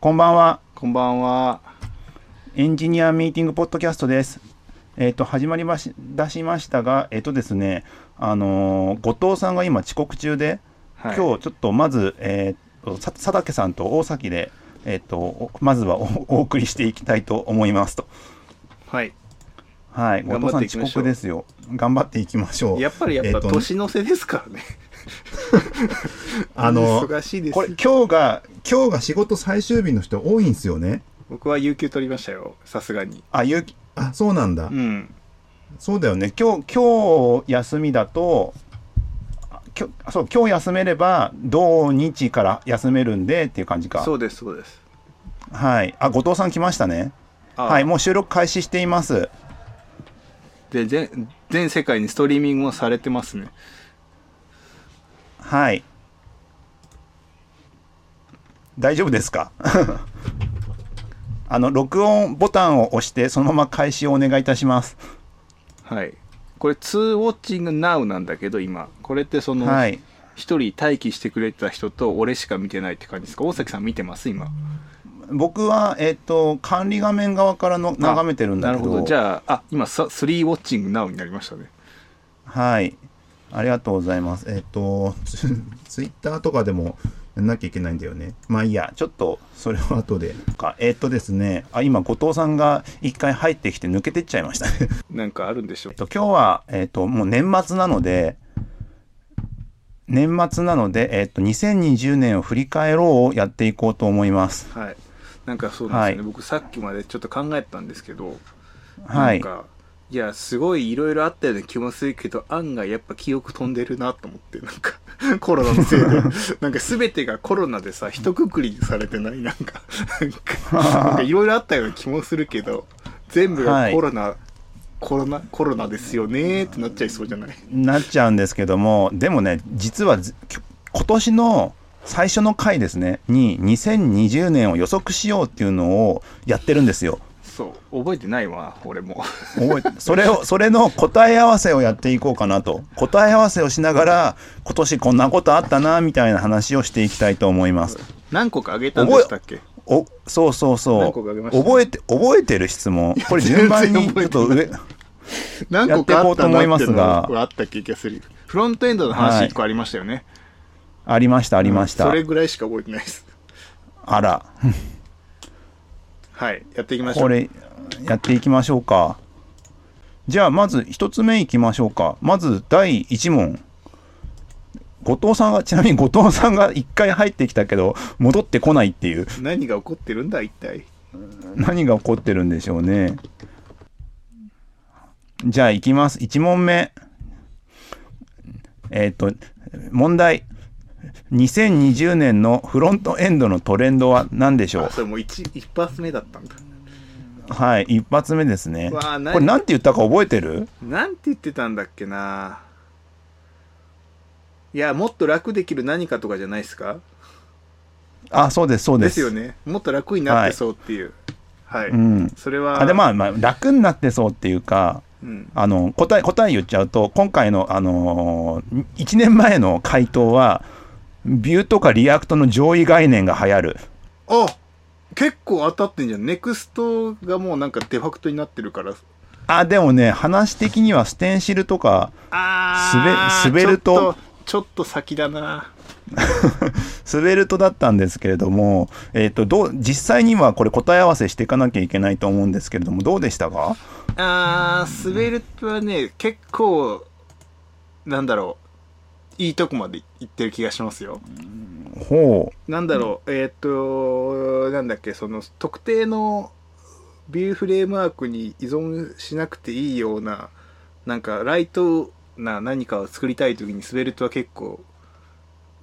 こんばんは。こんばんは。エンジニアミーティングポッドキャストです。えっ、と、始まりまし、出しましたが、えっ、とですね、あのー後藤さんが今遅刻中で、はい、今日ちょっとまず、えっ、と、さ佐竹さんと大崎で、えっ、と、おまずはおお送りしていきたいと思いますと。はい。はい。後頑藤張さっんていき遅ましょう刻ですよ。頑張っていきましょう。やっぱりやっえぱーと年の瀬ですからね。 あの忙しいです。これ今日が、今日が仕事最終日の人多いんですよね。僕は有給取りましたよ。さすがに。あ、ゆうき、あ、そうなんだ。うん。そうだよね今日今日休みだとあ今日そう今日休めれば土日から休めるんでっていう感じかそうですそうです。はいあ後藤さん来ましたねあはいもう収録開始していますで全全世界にストリーミングもされてますね。はい大丈夫ですか あの録音ボタンを押してそのまま開始をお願いいたしますはい。これ2ウォッチングナウなんだけど今これってそのは一い人待機してくれてた人と俺しか見てないって感じですか。大崎さん見てます今。僕はえっ、と管理画面側からの眺めてるんだなけるどほど。じゃああ今さ3ウォッチングナウになりましたね。はい。ありがとうございます。えっ、と、 ツツイッターとかでもやんなきゃいけないんだよね。まあいいや、ちょっとそれは後で。かえっ、とですね、あ、今、後藤さんが一回入ってきて抜けてっちゃいました ね。なんかあるんでしょうえっ。と、今日は、えっ、と、もう年末なので、年末なので、えっ、と、2020年を振り返ろうをやっていこうと思います。はい。なんかそうなんですよね、はい僕さっきまでちょっと考えてたんですけど、はなんい。かいやすごいいろいろあったような気もするけど案外やっぱ記憶飛んでるなと思ってなんか コロナのせ いでなんか全てがコロナでさ一括りにされてないなんかなんか なんかいろいろあったような気もするけど全部はがいコロナ、コロナコロナですよねーってなっちゃいそうじゃないなっちゃうんですけども、でもね、実はずきょ今年の最初の回ですね、に2020年を予測しようっていうのをやってるんですよ。そう覚えてないわ俺も覚えてそれを、それの答え合わせをやっていこうかなと。答え合わせをしながら、今年こんなことあったな、みたいな話をしていきたいと思います。 何個かあげたんでしたっけお、そうそうそ何個かあげう。ましたね覚えて、覚えてる質問。これ順番に全ちょ然っと覚え上、何個やかあったなっってていこうと思いますのがはあった気がするフロントエンドの話はい1個ありましたよね、ありました、ありました。それぐらいしか覚えてないですあら、はいやっていきましょうこれやっていきましょうかじゃあまず一つ目いきましょうかまず第1問後藤さんがちなみに後藤さんが1回入ってきたけど戻ってこないっていう何が起こってるんだ一体何が起こってるんでしょうねじゃあいきます1問目えっ、と問題2020年のフロントエンドのトレンドは何でしょうあそれもう一一発目だったんだはい一発目ですねわあ何これ何て言ったか覚えてるなんて言ってたんだっけないやもっと楽できる何かとかじゃないですかあ、そうです、そうでですす。よ。ねもっと楽になってそうっていうはい、うん。それはあで、まあ、まあ、楽になってそうっていうか、うん、あの、答え、答え言っちゃうと、今回の、あのー、1年前の回答は、ビューとかリアクトの上位概念が流行る。あ結構当たってんじゃんネクストがもうなんかデファクトになってるからあ、でもね、話的にはステンシルとか、あー滑滑るとちょっとちょっと先だなスウェルトだったんですけれども、えっ、と、どう、実際にはこれ答え合わせしていかなきゃいけないと思うんですけれども、どうでしたかあー、滑るとはね、結構、なんだろう、いいとこまで行ってる気がしますよ。ほう。なんだろう、えーっ、と、なんだっけ、その、特定のビューフレームワークに依存しなくていいような、なんか、ライトな何かを作りたいときに滑るとは結構、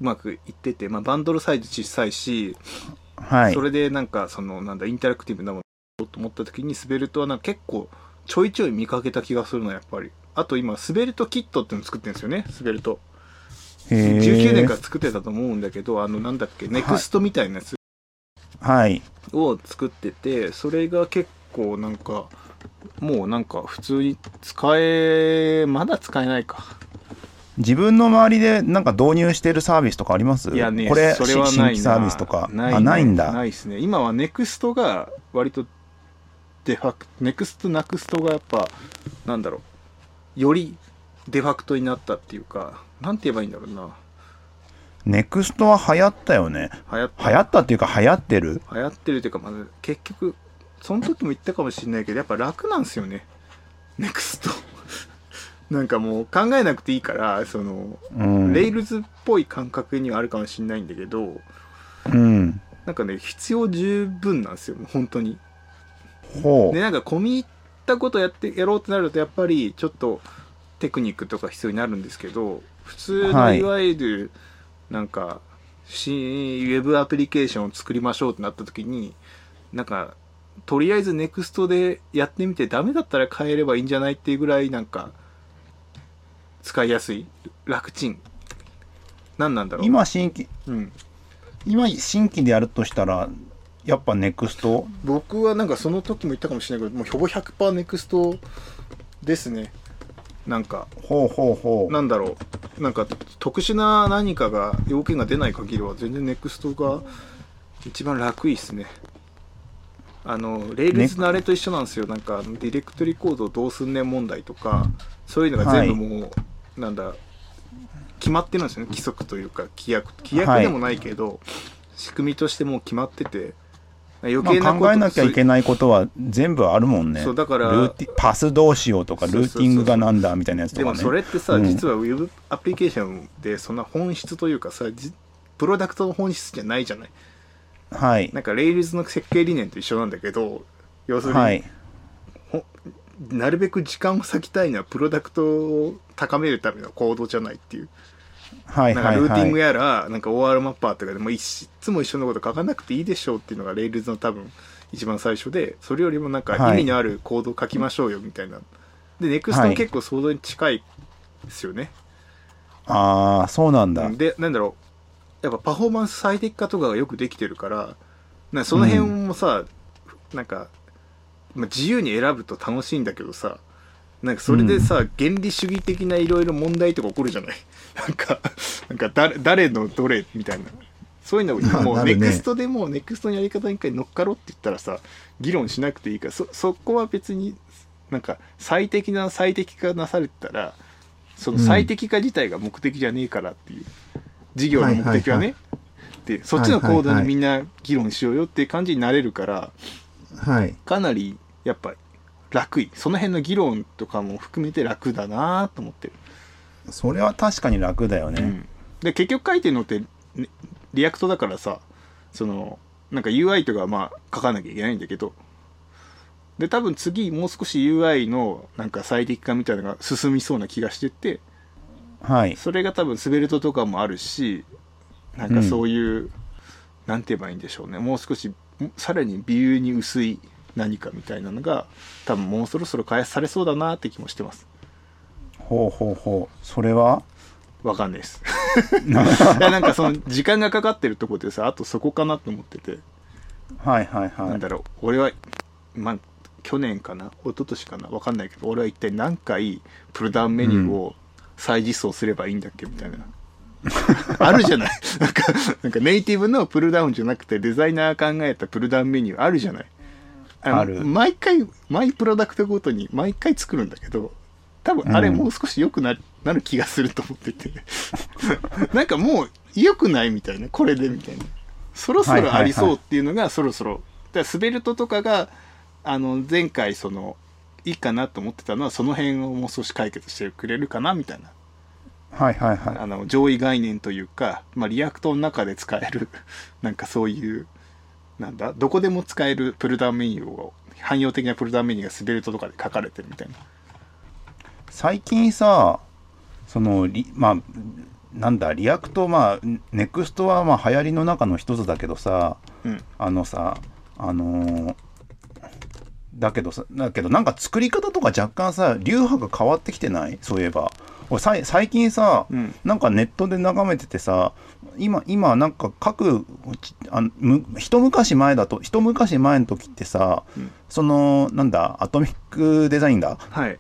うまくいってて、まあ、バンドルサイズ小さいし、はいそ。れでなんかそのなんだインタラクティブなものと思った時に滑るとはなんか結構ちょいちょい見かけた気がするのやっぱりあと今滑るとキットっていうの作ってるんですよね滑るとへー19年から作ってたと思うんだけどあのなんだっけネクストみたいなやつはい。を作っててそれが結構なんかもうなんか普通に使えまだ使えないか自分の周りでなんか導入してるサービスとかありますいやね、これそれはしな新い規な。サービスとかないねあないんだないですね。今は NEXT が割とデファクト、NEXT、NEXT がやっぱ、なんだろう、よりデファクトになったっていうか、なんて言えばいいんだろうな。ネクストは流行ったよね流行っ流行ったっていうか流行ってる流行ってるというか、まあ、結局、その時も言ったかもしれないけど、やっぱ楽なんですよね。NEXT。なんかもう考えなくていいから、その、うんレイルズっぽい感覚にはあるかもしれないんだけど、うんなんかね、必要十分なんですよ、本当に。ほう、でなんか込み入ったことやってやろうってなるとやっぱりちょっとテクニックとか必要になるんですけど普通はのいいわゆるなんか、しウェブアプリケーションを作りましょうってなった時になんかとりあえず NEXT でやってみてダメだったら変えればいいんじゃないっていうぐらいなんか使いやすい楽ちん何なんだろう、今新規うん、今新規でやるとしたらやっぱネクスト僕はなんかその時も言ったかもしれないけどもうほぼ100%ネクストですねなんかほうほうほうなんだろうなんか特殊な何かが要件が出ない限りは全然ネクストが一番楽いっすねあのレイルズのあれと一緒なんですよなんかあのディレクトリコードどうすんねん問題とかそういうのが全部もう、なんだ決まってるんですよね規則というか規約規約でもないけど、仕組みとしてもう決まってて余ま計なあ、こと、考えなきゃいけないことは全部あるもんね。そうだからルーティパスどうしようとか、そうそうルそうーティングがなんだみたいなやつとでかもね。それってさ、うん実はウェブアプリケーションでそんな本質というかさじプロダクトの本質じゃないじゃないはい。なんかレイルズの設計理念と一緒なんだけど要するに、はい。なるべく時間を割きたいのはプロダクトを高めるための行動じゃないっていうはい。なんかはい。ルーティングはい。やら、なんか OR マッパーとかでもいっつも一緒のこと書かなくていいでしょうっていうのがレイルズの多分一番最初でそれよりもなんはかい意味のあるコードを書きましょうよみたいな、で NEXT はもい結構想像に近いですよね、ああ、そうなんだ。でなんだろうやっぱパフォーマンス最適化とかがよくできてるからなんかその辺もさ、なんか、まあ、自由に選ぶと楽しいんだけどさなんかそれでさ、原理主義的ないろいろ問題とか起こるじゃない なんかなんか誰誰のどれみたいなそういうのまあをもうなネるねクストでもうネクストのやり方に一回乗っかろうって言ったらさ議論しなくていいからそそこは別になんか最適な最適化なされてたらその最適化自体が目的じゃねえからっていう、事業の目的ははいはいはね、でそっちのはいはい行動はにいみんな議論しようよっていう感じになれるからはい。かなりやっぱ楽いその辺の議論とかも含めて楽だなと思ってる、それは確かに楽だようね。んで結局書いてるのって、ねリアクトだからさそのなんか UI とかまあ書かなきゃいけないんだけどで多分次もう少し UI のなんか最適化みたいなのが進みそうな気がしててはい。それが多分スベルトとかもあるしなんかそういう、なんて言えばいいんでしょうねもう少しんさらに微妙に薄い何かみたいなのが多分もうそろそろ開発されそうだなって気もしてますほうほうほう。それはわかんないですいやなんかその時間がかかってるとこでさあとそこかなと思ってて、はいはいなはんだい。ろう俺はまあ去年かな一昨年かなわかんないけど俺は一体何回プルダウンメニューを再実装すればいいんだっけみたいな あるじゃない なんかなんかネイティブのプルダウンじゃなくてデザイナー考えたプルダウンメニューあるじゃないのある毎回毎プロダクトごとに毎回作るんだけど多分あれもう少し良くな,、なる気がすると思ってて なんかもう良くないみたいなこれでみたいなそろそろありそうっていうのがそろそろ、だからスベルトとかがあの前回そのいいかなと思ってたのはその辺をもう少し解決してくれるかなみたいなはいはいはい。あの上位概念というか、まあ、リアクトの中で使える なんかそういうなんだどこでも使えるプルダウンメニューを汎用的なプルダウンメニューがスベルトとかで書かれてるみたいな最近さそのリまあなんだリアクトまあネクストはまあ流行りの中の一つだけどさうんあのさあのーだけどさだけどなんか作り方とか若干さ流派が変わってきてないそういえば俺さい最近さ、うんなんかネットで眺めててさ今今なんか各ちあのむ一昔前だと一昔前の時ってさ、うんそのなんだアトミックデザインだはい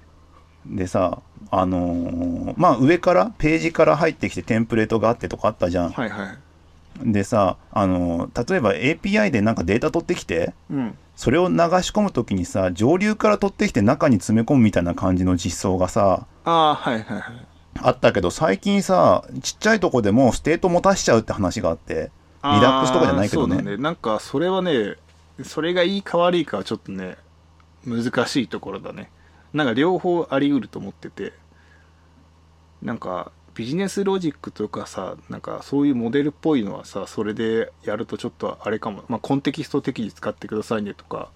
でさあのーまあ上からページから入ってきてテンプレートがあってとかあったじゃん、はいはいでさあのー例えば API でなんかデータ取ってきてうんそれを流し込む時にさ上流から取ってきて中に詰め込むみたいな感じの実装がさああはいはいはいあったけど最近さちっちゃいとこでもステート持たしちゃうって話があってリダックスとかじゃないけどねあーそうだなんかそれはねそれがいいか悪いかはちょっとね難しいところだねなんか両方あり得ると思っててなんかビジネスロジックとかさなんかそういうモデルっぽいのはさそれでやるとちょっとあれかも、まあ、コンテキスト的に使ってくださいねとか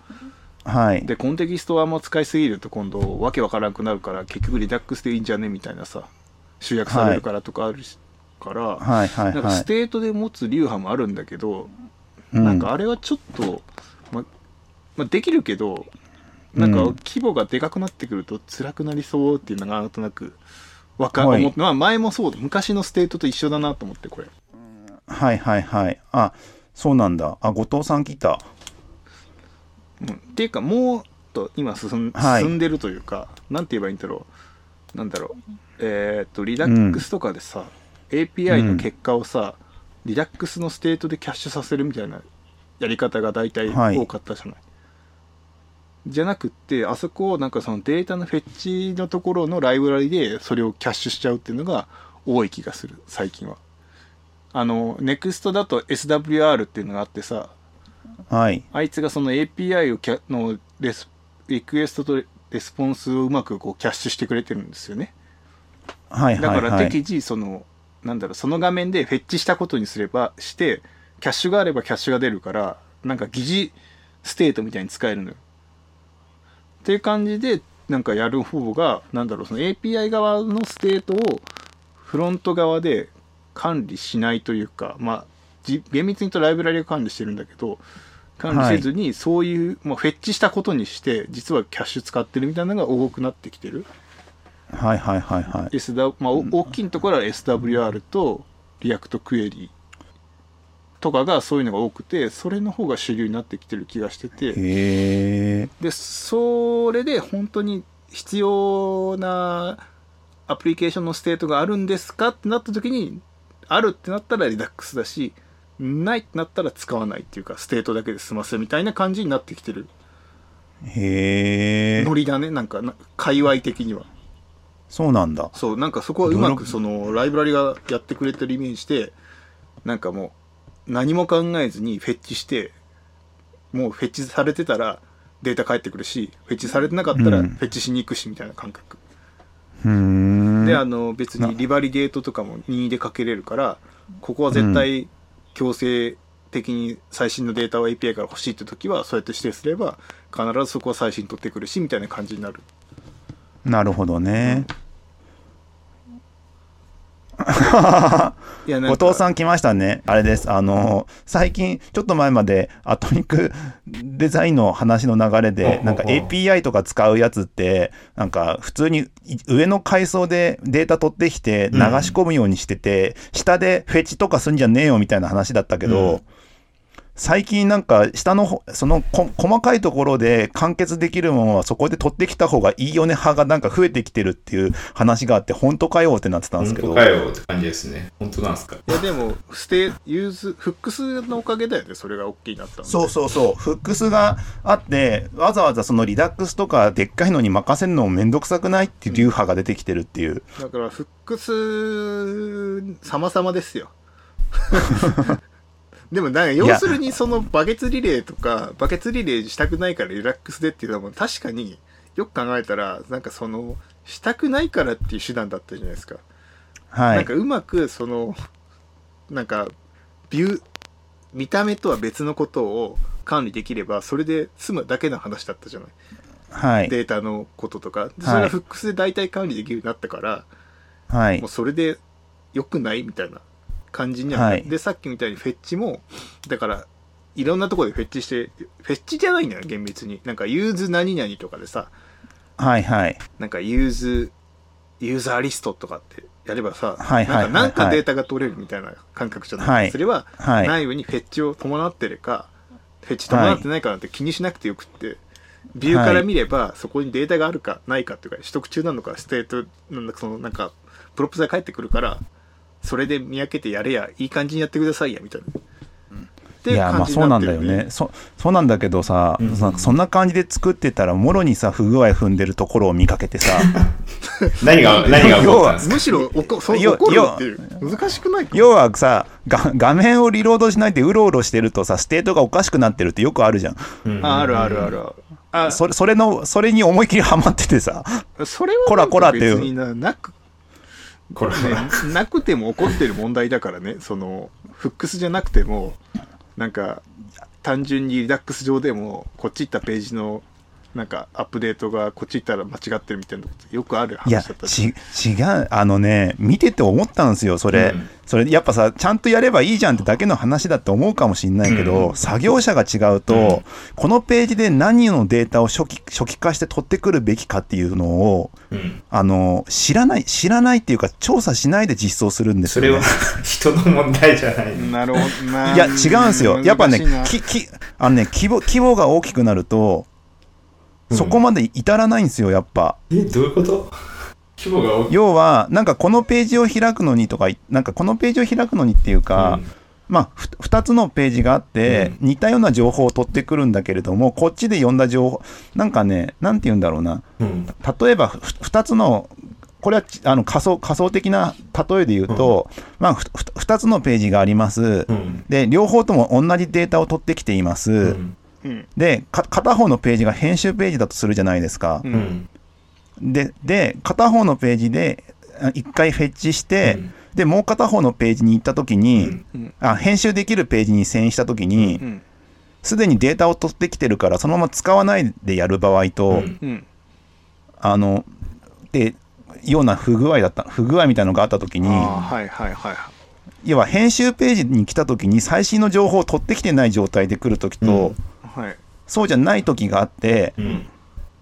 はいでコンテキストはあんま使いすぎると今度わけわからなくなるから結局リダックスでいいんじゃねみたいなさ集約されるからとかあるし、から、はいはいなんかはスいテートで持つ流派もあるんだけど、うんなんかあれはちょっと、ままできるけどなんかうん規模がでかくなってくると辛くなりそうっていうのがなんとなくわかはい思ってまあ前もそう昔のステートと一緒だなと思ってこれはいはいはいあそうなんだあ後藤さん来たうんっていうかもっと今進ん,、はい進んでるというかなんて言えばいいんだろうなんだろうえーっとリダックスとかでさ、API の結果をさ、リダックスのステートでキャッシュさせるみたいなやり方が大体はい多かったじゃない、じゃなくってあそこをなんかそのデータのフェッチのところのライブラリでそれをキャッシュしちゃうっていうのが多い気がする最近はあの NEXT だと SWR っていうのがあってさはいあいつがその API をキャのレスリクエストとレスポンスをうまくこうキャッシュしてくれてるんですよね。はいだはかいらは適い時その、なんだろうその画面でフェッチしたことにすればしてキャッシュがあればキャッシュが出るからなんか疑似ステートみたいに使えるのよ。っていう感じでなんかやる方がなんだろうその API 側のステートをフロント側で管理しないというかまあじ厳密に言うとライブラリを管理してるんだけど管理せずにそういう、まあ、フェッチしたことにして実はキャッシュ使ってるみたいなのが多くなってきてる。はいはいはいはい SW まあ、お大きいところは SWR とリアクトクエリとかがそういうのが多くてそれの方が主流になってきてる気がしててへえでそれで本当に必要なアプリケーションのステートがあるんですかってなった時にあるってなったらリダックスだしないってなったら使わないっていうかステートだけで済ませるみたいな感じになってきてるへえノリだねなんかな界隈的には。そうなんだそうなんかそこはうまどくのそのライブラリがやってくれてるイメージでなんかもう何も考えずにフェッチしてもうフェッチされてたらデータ返ってくるしフェッチされてなかったらうフんェッチしに行くしみたいな感覚、うーんであの別にリバリデートとかも任意でかけれるからここは絶対強制的に最新のデータを API から欲しいって時はそうやって指定すれば必ずそこは最新取ってくるしみたいな感じになるなるほどね、いやなんか後藤さん来ましたね。あれです。あの、最近、ちょっと前まで、アトミックデザインの話の流れで、なんか API とか使うやつって、なんか普通にい上の階層でデータ取ってきて、流し込むようにしてて、下でフェチとかすんじゃねえよみたいな話だったけど、うん最近なんか下のほそのこ細かいところで完結できるものはそこで取ってきた方がいいよね派がなんか増えてきてるっていう話があって本当かよってなってたんですけ本ど当かよって感じですね。本当なんですか。いやでも、ステユーズ、フックスのおかげだよね、それが大きいなったの。そうそうそうフックスがあってわざわざそのリダックスとかでっかいのに任せるのもめんどくさくないっていう流派が出てきてるっていう、だから、フックス、様々ですよ。 でも、なんか、要するに、そのバケツリレーとか、バケツリレーしたくないからリラックスでっていうのも、確かによく考えたら、なんかその、したくないからっていう手段だったじゃないですか。はなんいかうまくそのなんかビュー見た目とは別のことを管理できればそれで済むだけの話だったじゃない、はいデータのこととかではいそれはフックスで大体管理できるようになったから、はいもうそれで良くないみたいな感じにはなる、はいでさっきみたいにフェッチもだからいろんなところでフェッチしてフェッチじゃないんだよ厳密になんかユーズ何々とかでさはいはいなんかユーズ、ユーザーリストとかってやればさ、はいはいはいはいなんかなんかデータが取れるみたいな感覚じゃない、はいそれははい内部にフェッチを伴ってるか、フェッチ伴ってないかなんて気にしなくてよくって、ビューから見れば、そこにデータがあるかないかっていうか取得中なのかステートなんだそのなんかプロップスが返ってくるからそれで見分けてやれやいい感じにやってくださいやみたいな。っていやま感あじそうになんってだるよねそそうなんだけどさ、うんなんかそんな感じで作ってたらもろにさ不具合踏んでるところを見かけてさ 何が、何が起こったんですかむしろおこそうよ怒るっていう難しくないか要はさが画面をリロードしないでうろうろしてるとさステートがおかしくなってるってよくあるじゃんうんああるあるあるあるあそれそれのそれに思いっきりハマっててさそれはこらこらっていう別にななくこ れは、ね、なくても起こってる問題だからねそのフックスじゃなくてもなんか単純にリダックス上でもこっち行ったページのなんかアップデートがこっち行ったら間違ってるみたいなことよくあるいや話だったち違うあのね見てて思ったんですよそれ、うんそれやっぱさちゃんとやればいいじゃんってだけの話だって思うかもしんないけど、うん作業者が違うと、うんこのページで何のデータを初期初期化して取ってくるべきかっていうのをうん。あの知らない知らないっていうか調査しないで実装するんですそよ、れね、は人の問題じゃない。なるほどないや違うんですよやっぱね難しいききあのね規模規模が大きくなるとそこまで至らないんですよやっぱ。え、どういうこと規模が大きい。要はなんかこのページを開くのにとかなんかこのページを開くのにっていうか、まあ、ふ2つのページがあって、似たような情報を取ってくるんだけれどもこっちで読んだ情報なんかねなんて言うんだろうなうん。うん。例えば2つのこれはちあの仮想仮想的な例えで言うと、まあ、2つのページがあります、うん。で両方とも同じデータを取ってきています、うん。うんでか片方のページが編集ページだとするじゃないですか、ううんん。でで片方のページで1回フェッチして、うんでもう片方のページに行った時うに、ん。うんあ編集できるページに遷移した時うにんすで、にデータを取ってきてるからそのまま使わないでやる場合と、うんうんあのでような不具合だった不具合みたいなのがあった時あにあはいはいはい要は編集ページに来た時に最新の情報を取ってきてない状態で来る時と、うんはいそうじゃない時があってうん。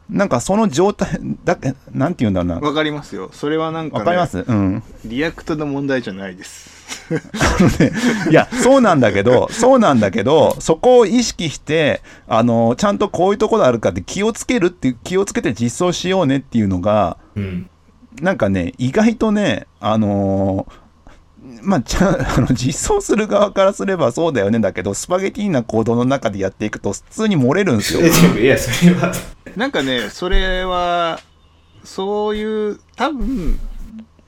なんかその状態だなんて言うんだろうなわかりますよそれはなんか、わね、かります、うんリアクトの問題じゃないですいや、そうなんだけど、そうなんだけど、そこを意識して、あの、ちゃんとこういうところあるかって気をつけるっていう、気をつけて実装しようねっていうのが、うん。なんかね、意外とね、あのーまあ、ちゃんあの実装する側からすればそうだよねだけどスパゲティな行動の中でやっていくと普通に漏れるんですよえ、。でも、いや、それは、なんかね、それは、そういう、多分、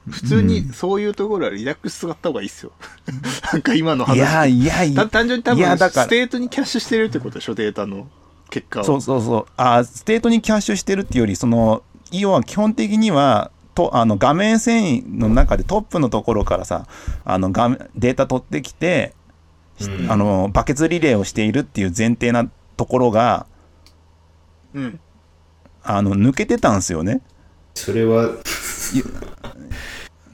普通にそういうところはリラックス使った方がいいっすよ。 なんか今のいや話。いやいたや単純に多いや分、だからステートにキャッシュしてるってことでしょ、データの結果を。そうそうそうあーステートにキャッシュしてるっていうよりその要は基本的にはとあの画面遷移の中でトップのところからさあの画面データ取ってきて、うんあのバケツリレーをしているっていう前提なところがうん。あの抜けてたんですよね。それは、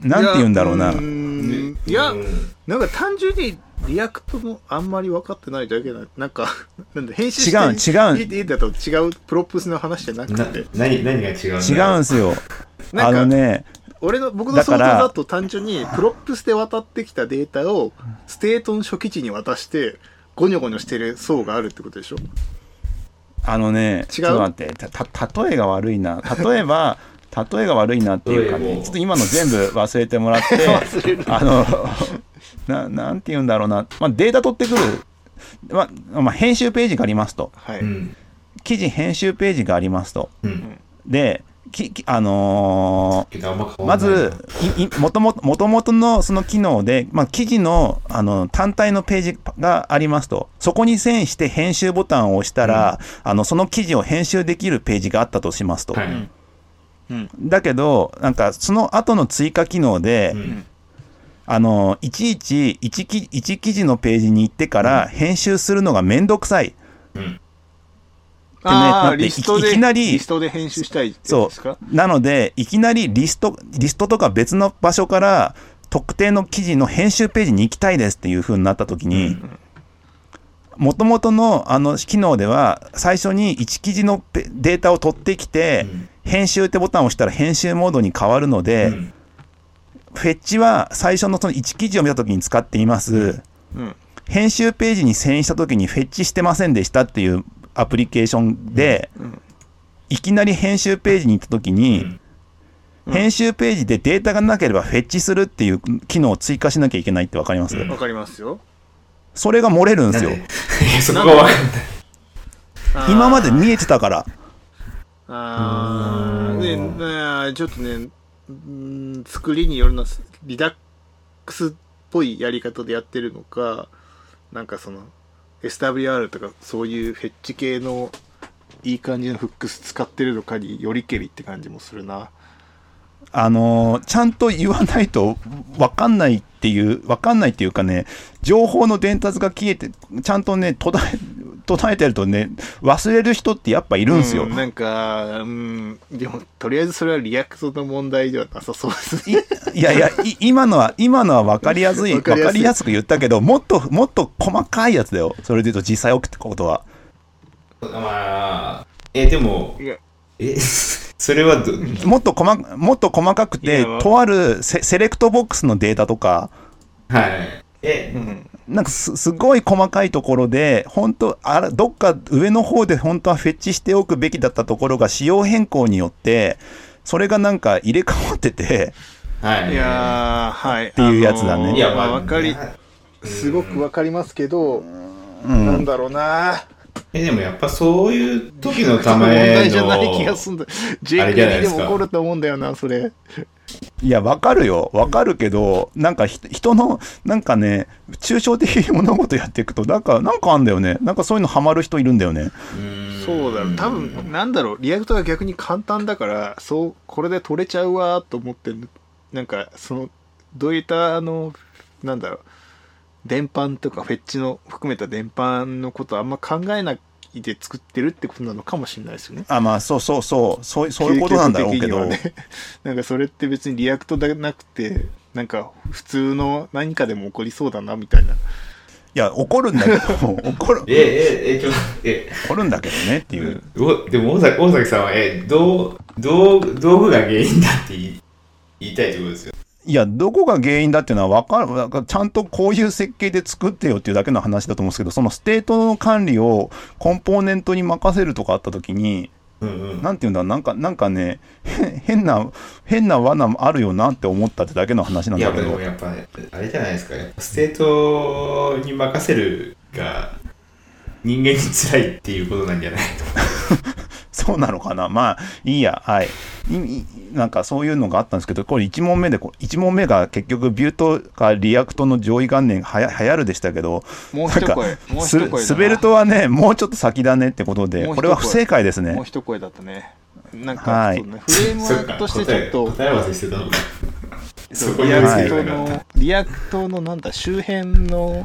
なんて言うんだろうな。いやーんいやうん、なんか単純にリアクトもあんまり分かってないだけな、なんか、 なんだ、編集して違う違ういいいいだと違うプロップスの話じゃなくなて、、何、何が違うん違うんですよ。なあんかのね、俺の僕のだ想か像らだと単純にプロップスで渡ってきたデータをステートの初期値に渡してゴニョゴニョしてる層があるってことでしょあのね、ちょっと待って、たた例えが悪いな。例え ば、例えが悪いなっていうか例えね、をちょっと今の全部忘れてもらって、 あの、ななんて言うんだろうな、まあ、データ取ってくる、まあまあ、編集ページがありますと、はい、うん。記事編集ページがありますと、うん。で、ききあのーけどあんま変まわんないなず、いいもともともともとのその機能で、まあ、記事のあの単体のページがありますと、そこに遷して編集ボタンを押したら、あのその記事を編集できるページがあったとしますと。はういん。うんだけど、なんかその後の追加機能で、うんあのいちいち 1, 記一記事のページに行ってから編集するのがめんどくさい。うん。あだっあてリストいできなりリストで編集したいってことそですかう。なので、いきなりリスト、リストとか別の場所から、特定の記事の編集ページに行きたいですっていう風になった時うにん、もともとのあの機能では、最初に1記事のペデータを取ってきて、編集ってボタンを押したら編集モードに変わるのうで、んフェッチは最初のその1記事を見た時に使っています。うん編集ページに遷移した時にフェッチしてませんでしたっていうアプリケーションで、うんいきなり編集ページに行った時うに、ん。うん編集ページでデータがなければフェッチするっていう機能を追加しなきゃいけないって分かります、うんわかりますよ。それが漏れるんでなんすでよい や、そこがわかんない。あー今まで見えてたからあーねうなちょっとね、うん作りによるのはリダックスっぽいやり方でやってるのか、なんかその SWR とかそういうフェッチ系のいい感じのフックス使ってるのかによりけりって感じもするな。あのーちゃんと言わないと分かんないっていう分かんないっていうかね情報の伝達が消えてちゃんとね途絶え途絶えてるとね忘れる人ってやっぱいるんですよ、なんか、うん、でもとりあえずそれはリアクトの問題ではなさそうですね。いやいやい今のは今のは分かりやすい分分かかりやすいりやすく言ったけどもっともっと細かいやつだよそれで言うと実際起きたことはまあ、え、でもいや、え、それはど、もっと細かもっと細かくいてやとあるセセレクトボックスのデータとかはい。え、うんなんかすすごい細かいところで本当あらどっか上の方で本当はフェッチしておくべきだったところが仕様変更によってそれがなんか入れ替わっててはい。いやー、はい。っていうやつだねいや、ままあ、あ、わかり、すごくわかりますけど、なんだろうなえ、でもやっぱそういう時のた問題めじゃの、ない気がすんだ。JQD でも起こると思うんだよな、それ。いやわかるよわかるけどなんかひ人のなんかね抽象的に物事やっていくとなんかなんかあんだよねなんかそういうのハマる人いるんだよねうんそうだろう。多分、なんだろう、リアクトが逆に簡単だから、そう、これで取れちゃうわーと思ってる。なんか、その、どういった、あの、なんだろう、伝播とかフェッチの含めた伝播のことあんま考えないで作ってるってことなのかもしれないですよね。あまあそうそうそうそうそういうことなんだろうけど、究極的にはね なんかそれって別にリアクトじゃなくてなんか普通の何かでも起こりそうだなみたいないや怒るんだけ ど怒るえ、え、え、ちょ、え、怒るんだけどねっていう、おでも大崎大崎さんは、え、どう、どう、道具が原因だって言い言いたいってことですよ。いや、どこが原因だっていうのは分かる、なんかちゃんとこういう設計で作ってよっていうだけの話だと思うんですけど、そのステートの管理をコンポーネントに任せるとかあったときに、うんうん。なんていうんだろう、なんか、なんかね、へ変な、変な罠もあるよなって思ったってだけの話なんいやだけでども、やっぱあれじゃないですかやっぱステートに任せるが人間に辛いっていうことなんじゃないとそうなのかな、まあ、いいや、はい。いいなんかそういうのがあったんですけど、これ1問目でこう、1問目が結局、ビュートかリアクトの上位元年がはや流行るでしたけど、もうなん一か声もうす一声だな滑るとはね、もうちょっと先だねってことで、もう一声これは不正解ですね。もう一声だったねなんはかいそうねフレームワそっーかクとして答えちょっ答え合わせしてたのかそとこにリ追アいつけクトてなかった、のリアクトのなんだ周辺の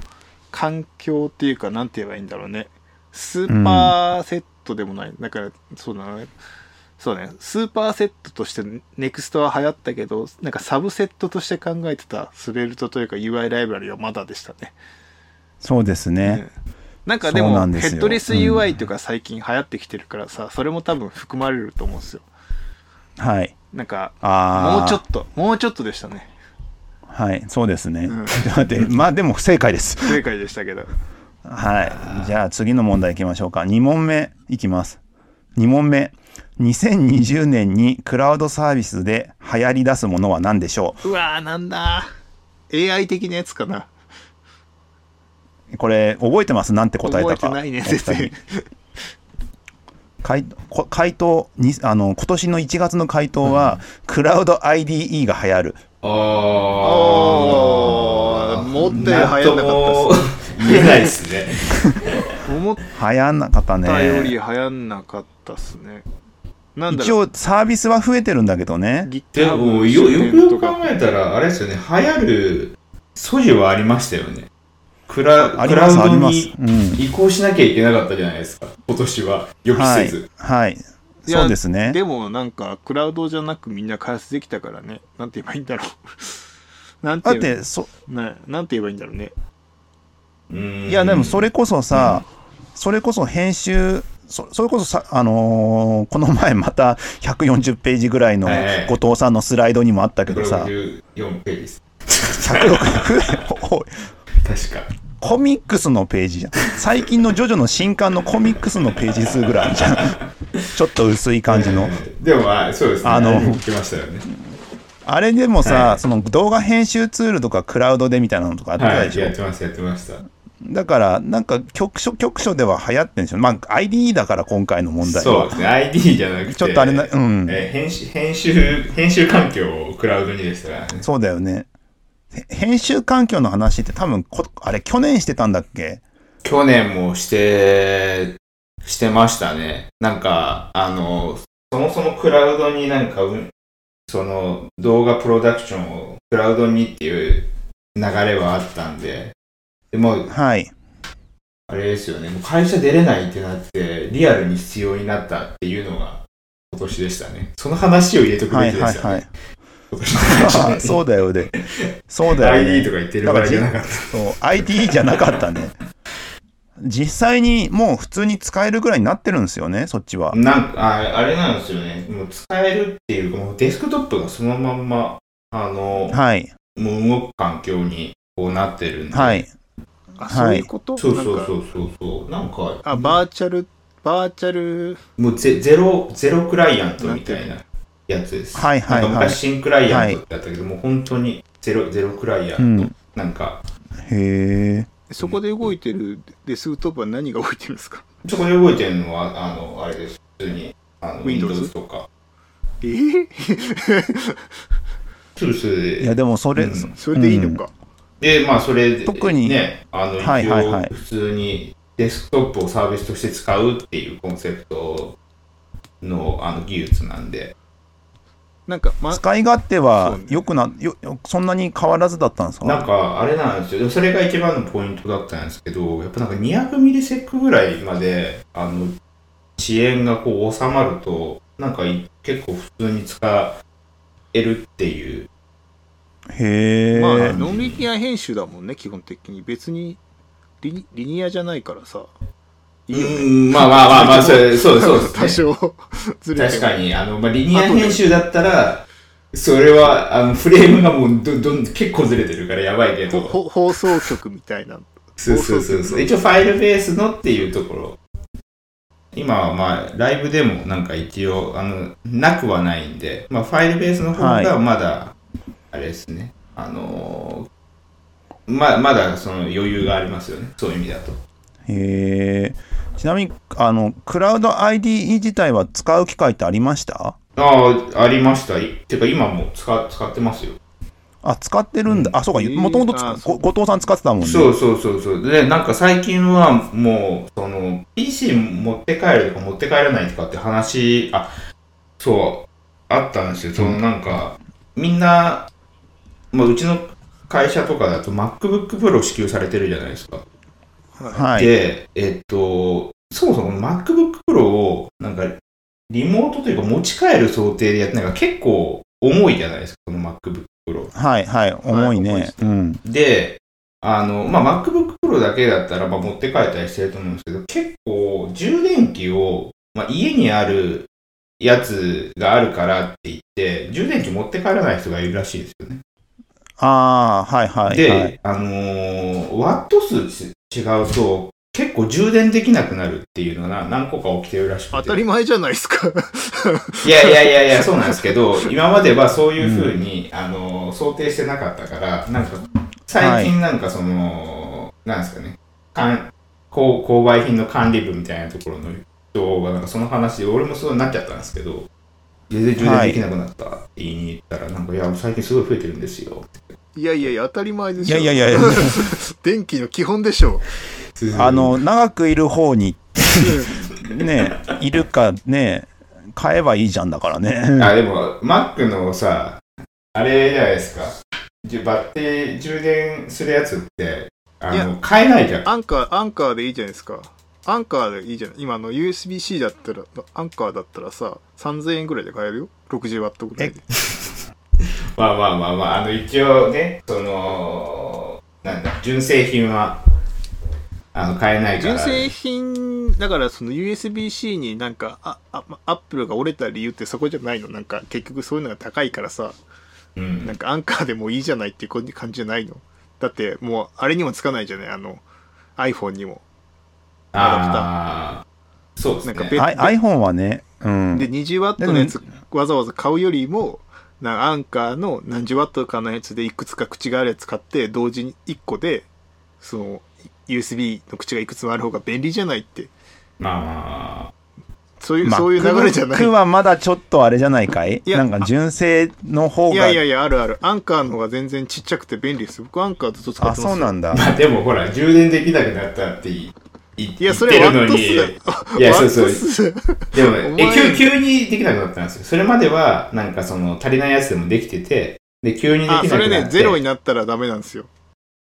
環境っていうかなんて言えばいいんだろうねスーパーセットでもない、だからそうだねそうねスーパーセットとしてネクストは流行ったけどなんかサブセットとして考えてたスベルトというか UI ライブラリはまだでしたねそうですね。なんかでもそうなんヘですよッドレス UI とか最近流行ってきてるからさ、それも多分含まれると思うんですよはい。なんかああ。もうちょっともうちょっとでしたねはい、そうですね。うんちょ っと待って、まあでも不正解です。不正解でしたけどはい。じゃあ次の問題いきましょうか。2問目いきます。2問目。2020年にクラウドサービスで流行り出すものは何でしょうわーなんだ AI 的なやつかなうこれ、覚えてますなんて答えた覚か。えてないね先お二生人回こ回答に、あの、今年の1月の回答は、クラウド IDE が流行る。あおーもっとや流行んなかったっす言えないですね思っ流行んなかったね。たより流行んなかったっすねなんだ一ろう応サービスは増えてるんだけどね。で GitHub ものよよくよとく考かえたらあれですよね流行る素地はありましたよねクラあクりラまウす、ありドまにす。うん。移行しなきゃいけなかったじゃないですか今年は予期はせいず、。はい。いやそうですね。でもなんかクラウドじゃなくみんな開発できたからねなんて言えばいいんだろう なんてだっ言えばてそねなんて言えばいいんだろうねいやでもそれれこそさ、それこそ編集そそれこそさ、あのーこの前また140ページぐらいのはいはい後藤さんのスライドにもあったけどさ、 64ページです106おい確かコミックスのページじゃん最近のジョジョの新刊のコミックスのページ数ぐらいあるじゃんちょっと薄い感じのえ。ーでもまあそうですねあのあれも来ましたよねあれでもさ、はいその動画編集ツールとかクラウドでみたいなのとかあってたはでしいょ、やってましたやってましただからなんか局所局所では流行ってんでしょまあ IDE だから今回の問題そうはですね ID じゃなくてちょっとあれなうんえー編集編集編集環境をクラウドにでしたからねそうだよねへ編集環境の話って多分こあれ去年してたんだっけ去年もして、してましたね。なんか、あの、そもそもクラウドになんか、うんその動画プロダクションをクラウドにっていう流れはあったんで、でも、はいあれですよね、もう会社出れないってなって、リアルに必要になったっていうのが今年でしたね。その話を入れとくはべいきではいすよね。はい今年の話あ そうだよねそうだよね ID とか言ってる場合じゃなかった。そう IDE じゃなかったね実際にもう普通に使えるぐらいになってるんですよねそっちはなんか、ああれなんですよね。もう使えるっていうか、もうデスクトップがそのまんま、あの、はいもう動く環境にこうなってるんで。はいあはそいういうことそうそなんうそかうそうそう。なんか、あバーチャルバーチャルもうゼゼロ、ゼロクライアントみたいなやつです。はいはいはいなんか昔新クライアントだったけど、もう本当にゼロ、ゼロクライアント。うんなんか、へえそこで動いてるデスクトップは何が動いてるんですかそこで動いてるのは、あの、あれです。普通に、あの、 Windows Windows とか。えー、ツースいやで。でもそれ、うんそ それでいいのか、で、まあ、それで、特にね、あの、はいはいはい一応、普通にデスクトップをサービスとして使うっていうコンセプトの、あの、技術なんで。なんか、ま、使い勝手そはうねよくなよよそんなに変わらずだったんですかなんか、あれなんですよ。でもそれが一番のポイントだったんですけど、やっぱなんか200ミリセックぐらいまで、あの、遅延がこう収まると、なんかい結構普通に使えるっていう。へえ、まあ、えーノンリニア編集だもんね基本的に別にリニリニアじゃないからさいいよね、ん、まあまあまあまあ、そうそうそうです ね多少ずれて確もかに、あの、まあ、リニア編集だったら、それは、あの、フレームがもうど、どん、結構ずれてるからやばいけほど。ほ放送局みたいなそうそうそうそう。一応ファイルベースのっていうところ。今はまあ、ライブでもなんか一応、あの、なくはないんで、まあ、ファイルベースの方がまだ、あれですね、あのーま、まだその余裕がありますよね。そういう意味だと。へえちなみにあのクラウド IDE 自体は使う機会ってありましたああ、ありました。いてか今も使使ってますよ。あ使ってるんだ、あそうかえーもともとあそう後藤さん使ってたもんねそうそうそうそう。で、なんか最近はもう、その、PC 持って帰るとか持って帰らないとかって話、あ、そう、あったんですよ。そのなんか、みんな、まあ、うちの会社とかだと MacBook Pro 支給されてるじゃないですか。はいで、えっと、そもそも MacBook Pro を、なんか、リモートというか持ち帰る想定でやってないから結構重いじゃないですか、この MacBook Pro。はいはい重いね、重いですうんで、あの、まあ、MacBook Pro だけだったら、まあ、持って帰ったりしてると思うんですけど、結構、充電器を、まあ、家にあるやつがあるからって言って、充電器持って帰らない人がいるらしいんですよね。ああはいはいで、はいあのーワット数ち違うと、結構充電できなくなるっていうのが何個か起きてるらしくて。当たり前じゃないですか いやいやいやいや、 そうなんですけど、今まではそういうふうに、あの、想定してなかったから、なんか、最近なんかその、なんですかね、かん購購買品の管理部みたいなところの人が、なんかその話で、俺もそうなっちゃったんですけど、全然充電できなくなったって言いに行ったら、なんか、いや、最近すごい増えてるんですよ。いやいやいや当たり前でいしょやいやいやいや電気の基本でしょ あ、の長くいる方にねいるかね買えばいいじゃんだからねあ、でも、Mac のさ、あれじゃないですか、じゅバッテリー充電するやつって、あいやの、買えないじゃん。アンカーアンカーでいいじゃないですかアンカーでいいじゃない今の USB-C だったらアンカーだったらさ3000円ぐらいで買えるよ 60W ぐらいでまあまあまあまあ、あの一応ね、その、なんだ、純正品は、あの、買えないから。純正品だからその USB-C になんかああまアップルが折れた理由ってそこじゃないのなんか結局そういうのが高いからさうなんん。かアンカーでもいいじゃないっていう感じじゃないのだってもうあれにもつかないじゃないあの iPhone にもアダプターああ。そうですね。なんか別あ iPhone はね、うん。で、20ワットのやつわざわざ買うよりも、なんかアンカーの何十ワットかのやつでいくつか口があるやつ買って、同時に1個で、その、USB の口がいくつもある方が便利じゃないって。まあ、そういう、まあそういう流れじゃない。 MacBook はまだちょっとあれじゃないかいいやなんか純正の方が。いやいやいや、あるある。アンカーの方が全然ちっちゃくて便利です。僕アンカーずっと使あ、ってますよ。そうなん だ。まあでもほら、充電できなくなったっていいいや、言そってれワッるのトに。数。いや、そうそうワッ。ト数でもおね、え前急急にできなくなったんですよ。それまでは、なんかその、足りないやつでもできてて、で、急にできなあ、くなって。それね、ゼロになったらダメなんですよ。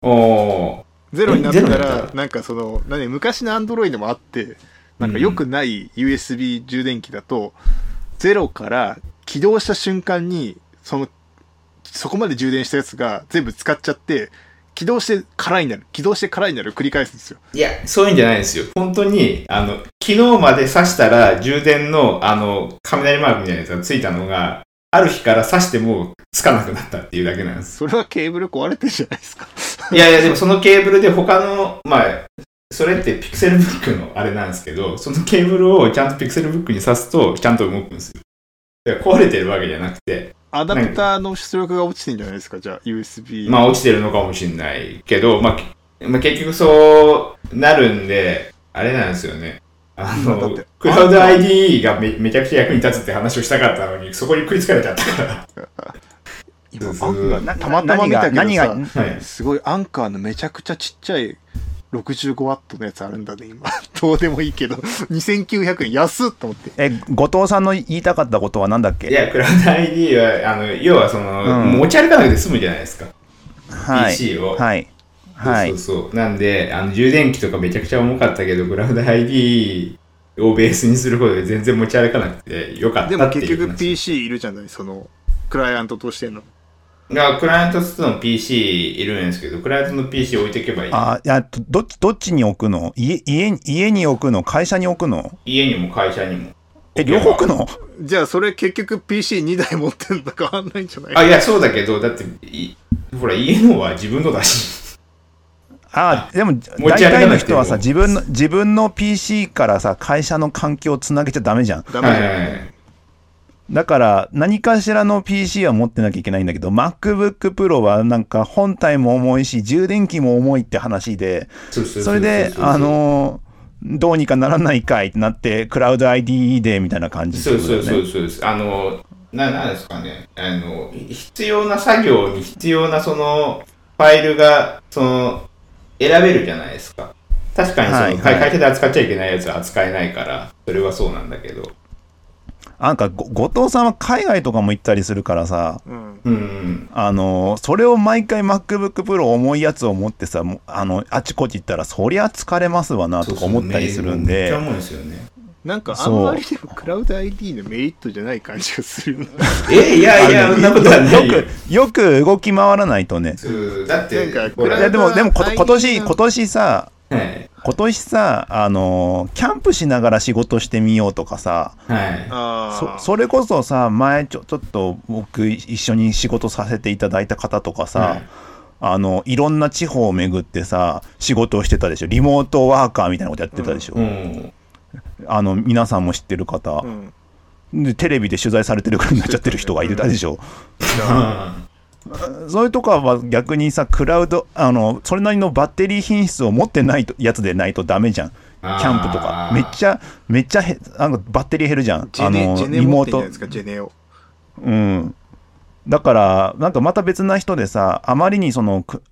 おーゼロになったえゼロになっらた、なんかその、何、昔のアンドロイドもあって、なんか良くない USB 充電器だと、ゼロから起動した瞬間に、その、そこまで充電したやつが全部使っちゃって、起動して空になる。起動して空になる。繰り返すんですよ。いや、そういうんじゃないんですよ。本当に、あの、昨日まで挿したら充電の、あの、雷マークみたいなやつがついたのが、ある日から挿してもつかなくなったっていうだけなんです。それはケーブル壊れてるじゃないですか。いやいや、でもそのケーブルで他の、まあ、それってピクセルブックのあれなんですけど、そのケーブルをちゃんとピクセルブックに挿すと、ちゃんと動くんですよ。だから壊れてるわけじゃなくて、アダプターの出力が落ちてんじゃないですか。じゃあ、USB。まあ落ちてるのかもしんないけど、まあ、けまあ、結局そうなるんで、あれなんですよね。あだっのて、クラウド ID がめめちゃくちゃ役に立つって話をしたかったのに、そこに食いつかれちゃったから。今そうそアうンカーなたまたま見たけどさ何が、何がはい。すごい、アンカーのめちゃくちゃちっちゃい 65W のやつあるんだね、今。 どうでもいいけど、2900円安っと思って。え、後藤さんの言いたかったことは何だっけ いや、クラウド ID は、あの、要はその、うん持ち歩かなくて済むじゃないですか。はい。 PC をはい。はそ。いうそうそう。なんで、あの充電器とかめちゃくちゃ重かったけど、グラウド ID をベースにすることで全然持ち歩かなくてよかったっていでうも話。結局 PC いるじゃない、その、クライアントとしての。がクライアントとの PC いるんですけど、クライアントの PC 置いていけばいい。あ、いや、どどっち、どっちに置くの家、家に、家に置くの会社に置くの家にも会社にも。え、両方置くのじゃあ、それ結局 PC2 台持ってんだか変わんないんじゃないあ、いや、そうだけど、だって、いほら、家のは自分のだし。あでも持大ち歩かなくても体の人はさ自分の自分の PC からさ会社の環境をつなげちゃダメじゃんダメはじゃいん。はいはい。だから何かしらの PC は持ってなきゃいけないんだけど MacBookPro はなんか本体も重いし充電器も重いって話でそうそうそうそうそれであ、のーどうにかならないかいってなってクラウド IDE でみたいな感じってそうことだそようねそうそうです。あの、な、なんですかね。あの、必要な作業に必要なその、ファイルが、その、選べるじゃないですか。確かにその、はい会はい会社で扱っちゃいけないやつは扱えないから、それはそうなんだけど。なんかご後藤さんは海外とかも行ったりするからさうん。うん。あのーそれを毎回 MacBookPro 重いやつを持ってさもうあのあちこち行ったらそりゃ疲れますわなとか思ったりするんでそうそうめっちゃ思うんですよね。なんか、あそんうまりでもクラウド ID のメリットじゃない感じがするよな。え、いやいや、そんなことはないよよ。く、よく動き回らないとね。そうだって、なんかほらいや、でも、でもこと、今年、今年さ、はい。今年さ、あのー、キャンプしながら仕事してみようとかさ、はい。あそあ。それこそさ、前ちょ、ちょっと僕一緒に仕事させていただいた方とかさ、はいあの、いろんな地方を巡ってさ、仕事をしてたでしょ。リモートワーカーみたいなことやってたでしょ。うん。あの、皆さんも知ってる方、うん。で、テレビで取材されてるくらいになっちゃってる人がいたでしょ。そういうとこは逆にさ、クラウド、あの、それなりのバッテリー品質を持ってないとやつでないとダメじゃん。キあーャンプとか。めっちゃ、めっちゃへ、あの、バッテリー減るじゃん。ジェあネ、のジェ、ネ持ってんじゃないですか、ジェネを。うん。だから、なんかまた別な人でさ、あまりにその、く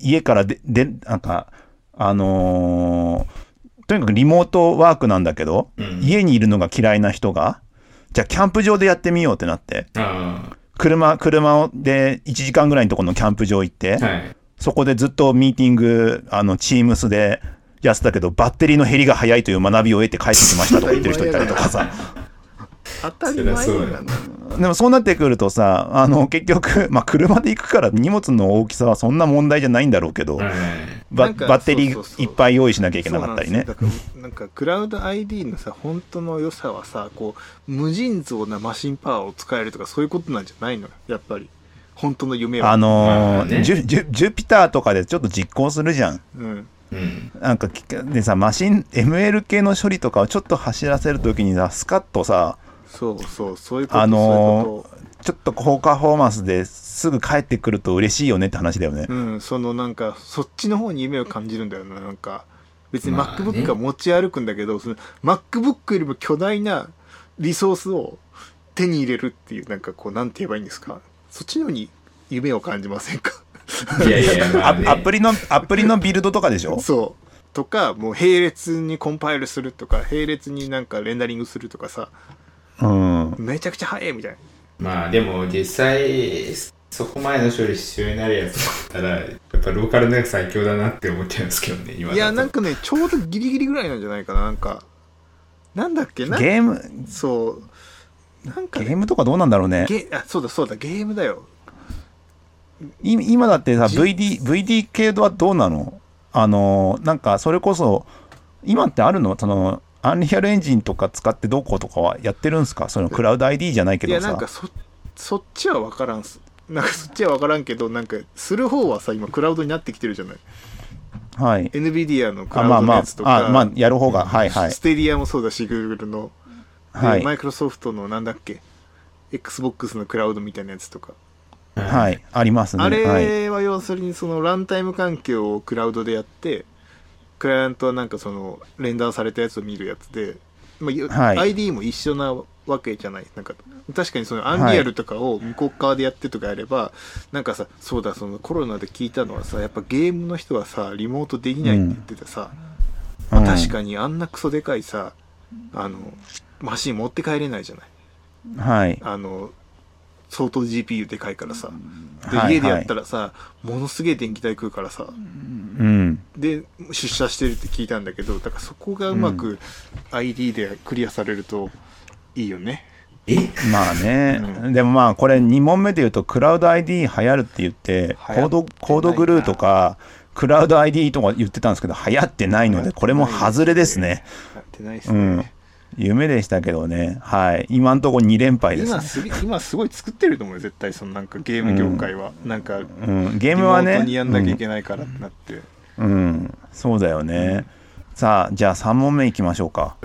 家からで、で、なんか、あのーとにかくリモートワークなんだけど、うん家にいるのが嫌いな人が、じゃあキャンプ場でやってみようってなって、あ車、車をで1時間ぐらいのところのキャンプ場行って、ーはい。そこでずっとミーティング、あの、チームスでやってたけど、バッテリーの減りが早いという学びを得て帰ってきましたとか言ってる人いたりとかさ。当たり前なんだ。でもそうなってくるとさ、あの、結局、まあ、車で行くから荷物の大きさはそんな問題じゃないんだろうけど、はいバなんかバッテリそうそうーそういっぱい用意しなきゃいけなかったりね。そうなんですよだからなんかクラウド ID のさ本当の良さはさこう無尽蔵なマシンパワーを使えるとかそういうことなんじゃないのやっぱり本当の夢はあの、のーまあねジュジュジュピターとかでちょっと実行するじゃん。うん、うん。なんかきでさマシン ML 系の処理とかをちょっと走らせるときにさスカッとさそうそうそういうことあそういうのこーちょっと高パフォーマンスですぐ帰ってくると嬉しいよねって話だよねと、うんそのなんかそっちの方に夢を感じるんだよななんか別にまあね MacBook が持ち歩くんだけど、その MacBook よりも巨大なリソースを手に入れるっていうなんかこうなんて言えばいいんですかそっちの方に夢を感じませんかいやいやいや、まアあね、アプリのアプリのビルドとかでしょそうとかもう並列にコンパイルするとか並列になんかレンダリングするとかさうんめちゃくちゃ早いみたいなまあでも実際、そこ前の処理必要になるやつだったら、やっぱローカルのやつ最強だなって思っちゃうんですけどね、今だといやなんかねちょうどギリギリぐらいなんじゃないかななんかなんだっけなゲームそうなんかゲね、ームとかどうなんだろうねゲあそうだそうだゲームだよい今だってさじ VD, VD 系はどうなのあのーなんかそれこそ今ってあるのそのアンリアルエンジンとか使ってどうこうとかはやってるんすかそのクラウド ID じゃないけいどやさなんかそそっちは分からんっすなんかそっちは分からんけどなんかする方はさ今クラウドになってきてるじゃないはい NVIDIA のクあラまあウドのまやあつとかあまあやる方がはいはいステディアもそうだし Google のはマいイクロソフトのなんだっけ XBOX のクラウドみたいなやつとか、はいありますねあはいれは要するにそのランタイム環境をクラウドでやってクライアントはなんかそのレンダーされたやつを見るやつで、まあよはい ID も一緒なわけじゃないなんか確かにそのアンリアルとかを向こう側でやってとかやれば、なんかさそうだそのコロナで聞いたのはさやっぱゲームの人はさリモートできないって言ってたさ、まあうん確かにあんなクソでかいさあのマシン持って帰れないじゃないはいあの相当 GPU でかいからさで、はい家でやったらさものすげえ電気代食うからさうんで出社してるって聞いたんだけどだからそこがうまく ID でクリアされるといいよね、えまあね、うでもまあこれ2問目で言うとクラウド ID 流行るって言ってコ流ー行ってなドいなコードグルーとかクラウド ID とか言ってたんですけど流行ってないのでこれも外れですねやってないですうんね、夢でしたけどねはい今のところ2連敗です、今ねすげ今すごい作ってると思うよ絶対そのなんかゲーム業界は、なんかうん、ゲームはリモねートにやんなきゃいけないからってなって、うん、うんそうだよね、さあじゃあ3問目いきましょうか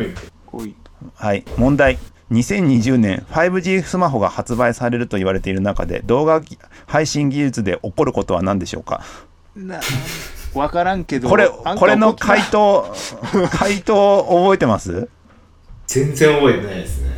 こういはい、問題。2020年 5G スマホが発売されると言われている中で動画配信技術で起こることは何でしょうかな分からんけどこれあんたこれの大きな回答回答覚えてます全然覚えてないですね。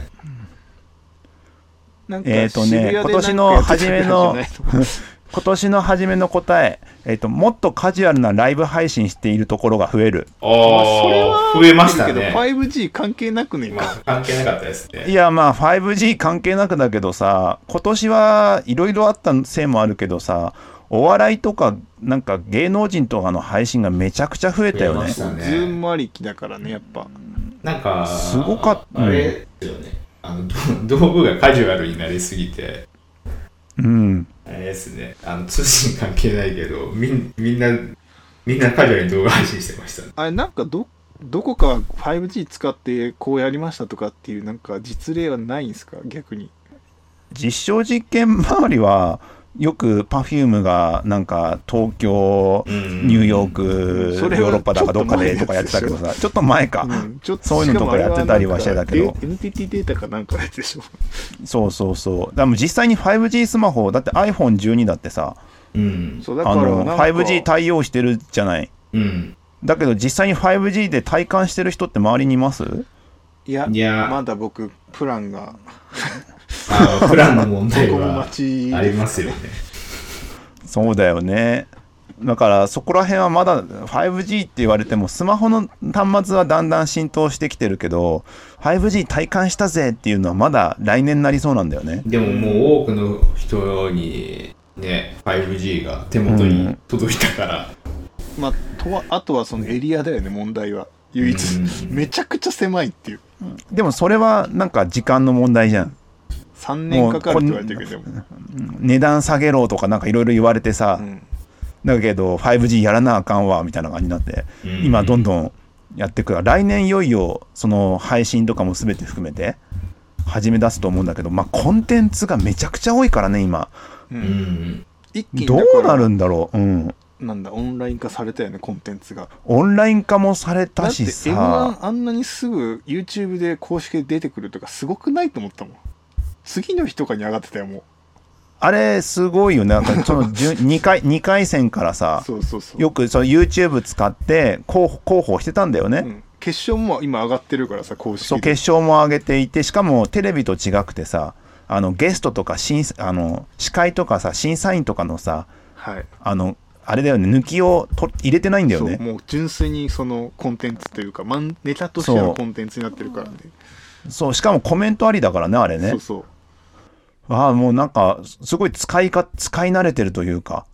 なんえーとね渋谷でなんか今年の初めのやってたやつじ今年の初めの答え、えっともっとカジュアルなライブ配信しているところが増えるあゃないまあそれはあ、増えましたいいけどね。 5G 関係なくねえまかあ、関係なかったですいね。やまあ 5G 関係なくだけどさ今年はいろいろあったせいもあるけどさお笑いとかなんか芸能人とかの配信がめちゃくちゃ増えたよ増えまねしたねズームありきだからねやっぱなんか、すごかったあれですよね。あの、ど 道具がカジュアルになりすぎて、うんあれですね。あの、通信関係ないけど、みんみんな、みんなカジュアルに動画配信してましたね。あれなんかどどこか 5G 使ってこうやりましたとかっていうなんか実例はないんですか逆に実証実験周りはよく Perfume がなんか東京、うんニューヨーク、それはヨーロッパだかどっかでとかやってたけどさちょっと前か、うんちょっとそういうのとかやってたりはしかもあしれてたなんかデー NTT データかなんかのやつ でしょそうそうそうでも実際に 5G スマホだって iPhone12 だってさうん。そうだかあらなのんか 5G 対応してるじゃないうん。だけど実際に 5G で体感してる人って周りにいますいやいやまだ僕プランがあの、プランの問題ここは待ちありますよね。そうだよねだからそこら辺はまだ 5G って言われてもスマホの端末はだんだん浸透してきてるけど 5G 体感したぜっていうのはまだ来年になりそうなんだよねでももう多くの人にね 5G が手元に届いたから、まあ、とはあとはそのエリアだよね問題は唯一うんめちゃくちゃ狭いっていうでもそれはなんか時間の問題じゃん3年かかるって言われてるけど値段下げろとかなんかいろいろ言われてさ、うんだけど 5G やらなあかんわみたいな感じになって、うん今どんどんやっていくから来年いよいよその配信とかも全て含めて始め出すと思うんだけどまあコンテンツがめちゃくちゃ多いからね今ううんん一気にだどからうなるんだろううんなんだオンライン化されたよねコンテンツがオンライン化もされだたってしさ M1 あんなにすぐ YouTube で公式で出てくるとかすごくないと思ったもん次の日とかに上がってたよもあれすごいよねなんかそ の2回二回戦からさうそうそうそうよくその YouTube 使って候補候補してたんだよね、うん決勝も今上がってるからさ公式そう決勝も上げていてしかもテレビと違くてさあのゲストとか審査あの司会とかさ審査員とかのさはいあのあれだよね抜きをと入れてないんだよそうねもう純粋にそのコンテンツというかマンネタとしてそのうコンテンツになってるからねそうしかもコメントありだからねあれねそうそうああもうなんかすごい使いか使い慣れてるというか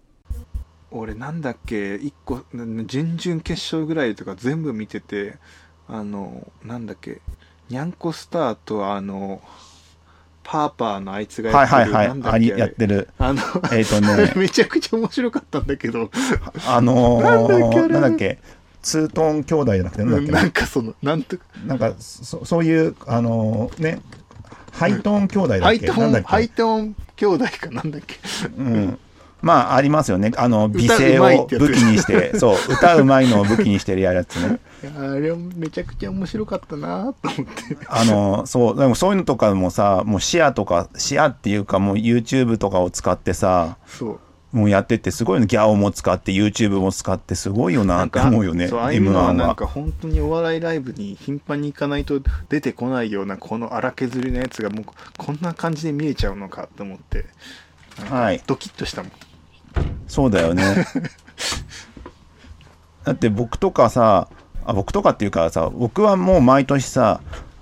俺なんだっけ一個なな準々決勝ぐらいとか全部見ててあのなんだっけにゃんこスターとあのパーパーのあいつがはいはいるはいなんだっけありあれやってるあのえっ、とね めちゃくちゃ面白かったんだけどあのなんだっけあー、なれんだっけツートン兄弟じゃなくてなんだっけななんかそのなんとなんかそそういうあのーねハイトーン兄弟だハっイけ、トなんだっーンけハイトーン兄弟かなんだっけうんまあありますよねあの美歌声うまいをってやつ武器にしてそう歌うまいのを武器にしてるやつ ねいやあれめちゃくちゃ面白かったなと思ってあのそうでもそういうのとかもさもう視野とか視野っていうかもう YouTube とかを使ってさそうもうやってってすごいよねギャオも使って YouTube も使ってすごいよなって思うよねそうああいうの M1 はなんはか本当にお笑いライブに頻繁に行かないと出てこないようなこの荒削りのやつがもうこんな感じで見えちゃうのかと思ってはいドキッとしたもんそうだよ ねだって僕とかさあ僕とかっていうかさ僕はもう毎年さ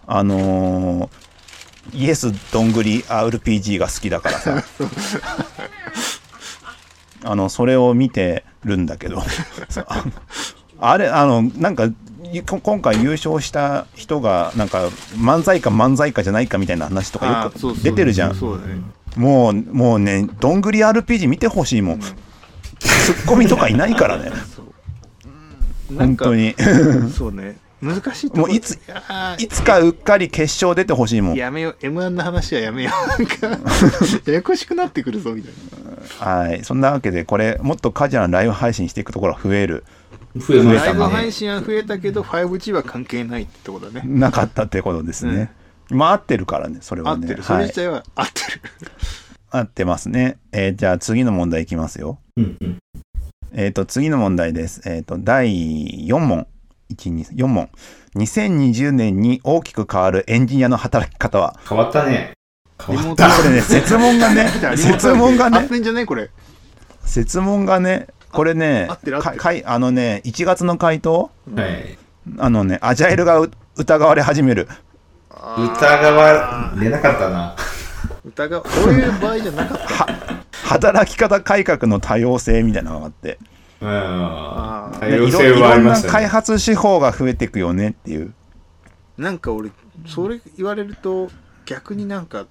あのーイエスどんぐり RPG が好きだから さあのそれを見てるんだ けどさああれあのなんかいこ今回優勝した人がなんか漫才か漫才かじゃないかみたいな話とかよく出てるじゃんそうだねもうもうねどんぐり RPG 見てほしいもん、ツッコミとかいないから ねなん本か当にそうね難しいともこういつやーいつかうっかり決勝出てほしいもんやめよう M1 の話はやめよ うなんかややこしくなってくるぞみたいはいそんなわけでこれもっとカジュアルなライブ配信していくところは増える増えなましライたブね配。信は増えたけど 5G は関係ないってことだねなかったってことですね、まあ合ってるからねそれ合はっねてるそれはい自、体は合ってる合ってますね、えーじゃあ次の問題いきますようんうんえっ、と、次の問題です。えっ、と、第4問。1、2、4問。2020年に大きく変わるエンジニアの働き方は。変わったね。リ変わっモートたワー。ク、これね、設問 がね 設問が合ねっ、てんじゃないこれ設問がね、これね合ってる合っ、てかるかいあのね、1月の回答はい。あのね、アジャイルがう疑われ始める。疑われなかったな。疑うそういう場合じゃなかった働き方改革の多様性みたいなのがあって。うん。多ね様いろ性いはあろりんまなした開ね。発手法が増えていくよねっていう。なんか俺それ言われると逆になんか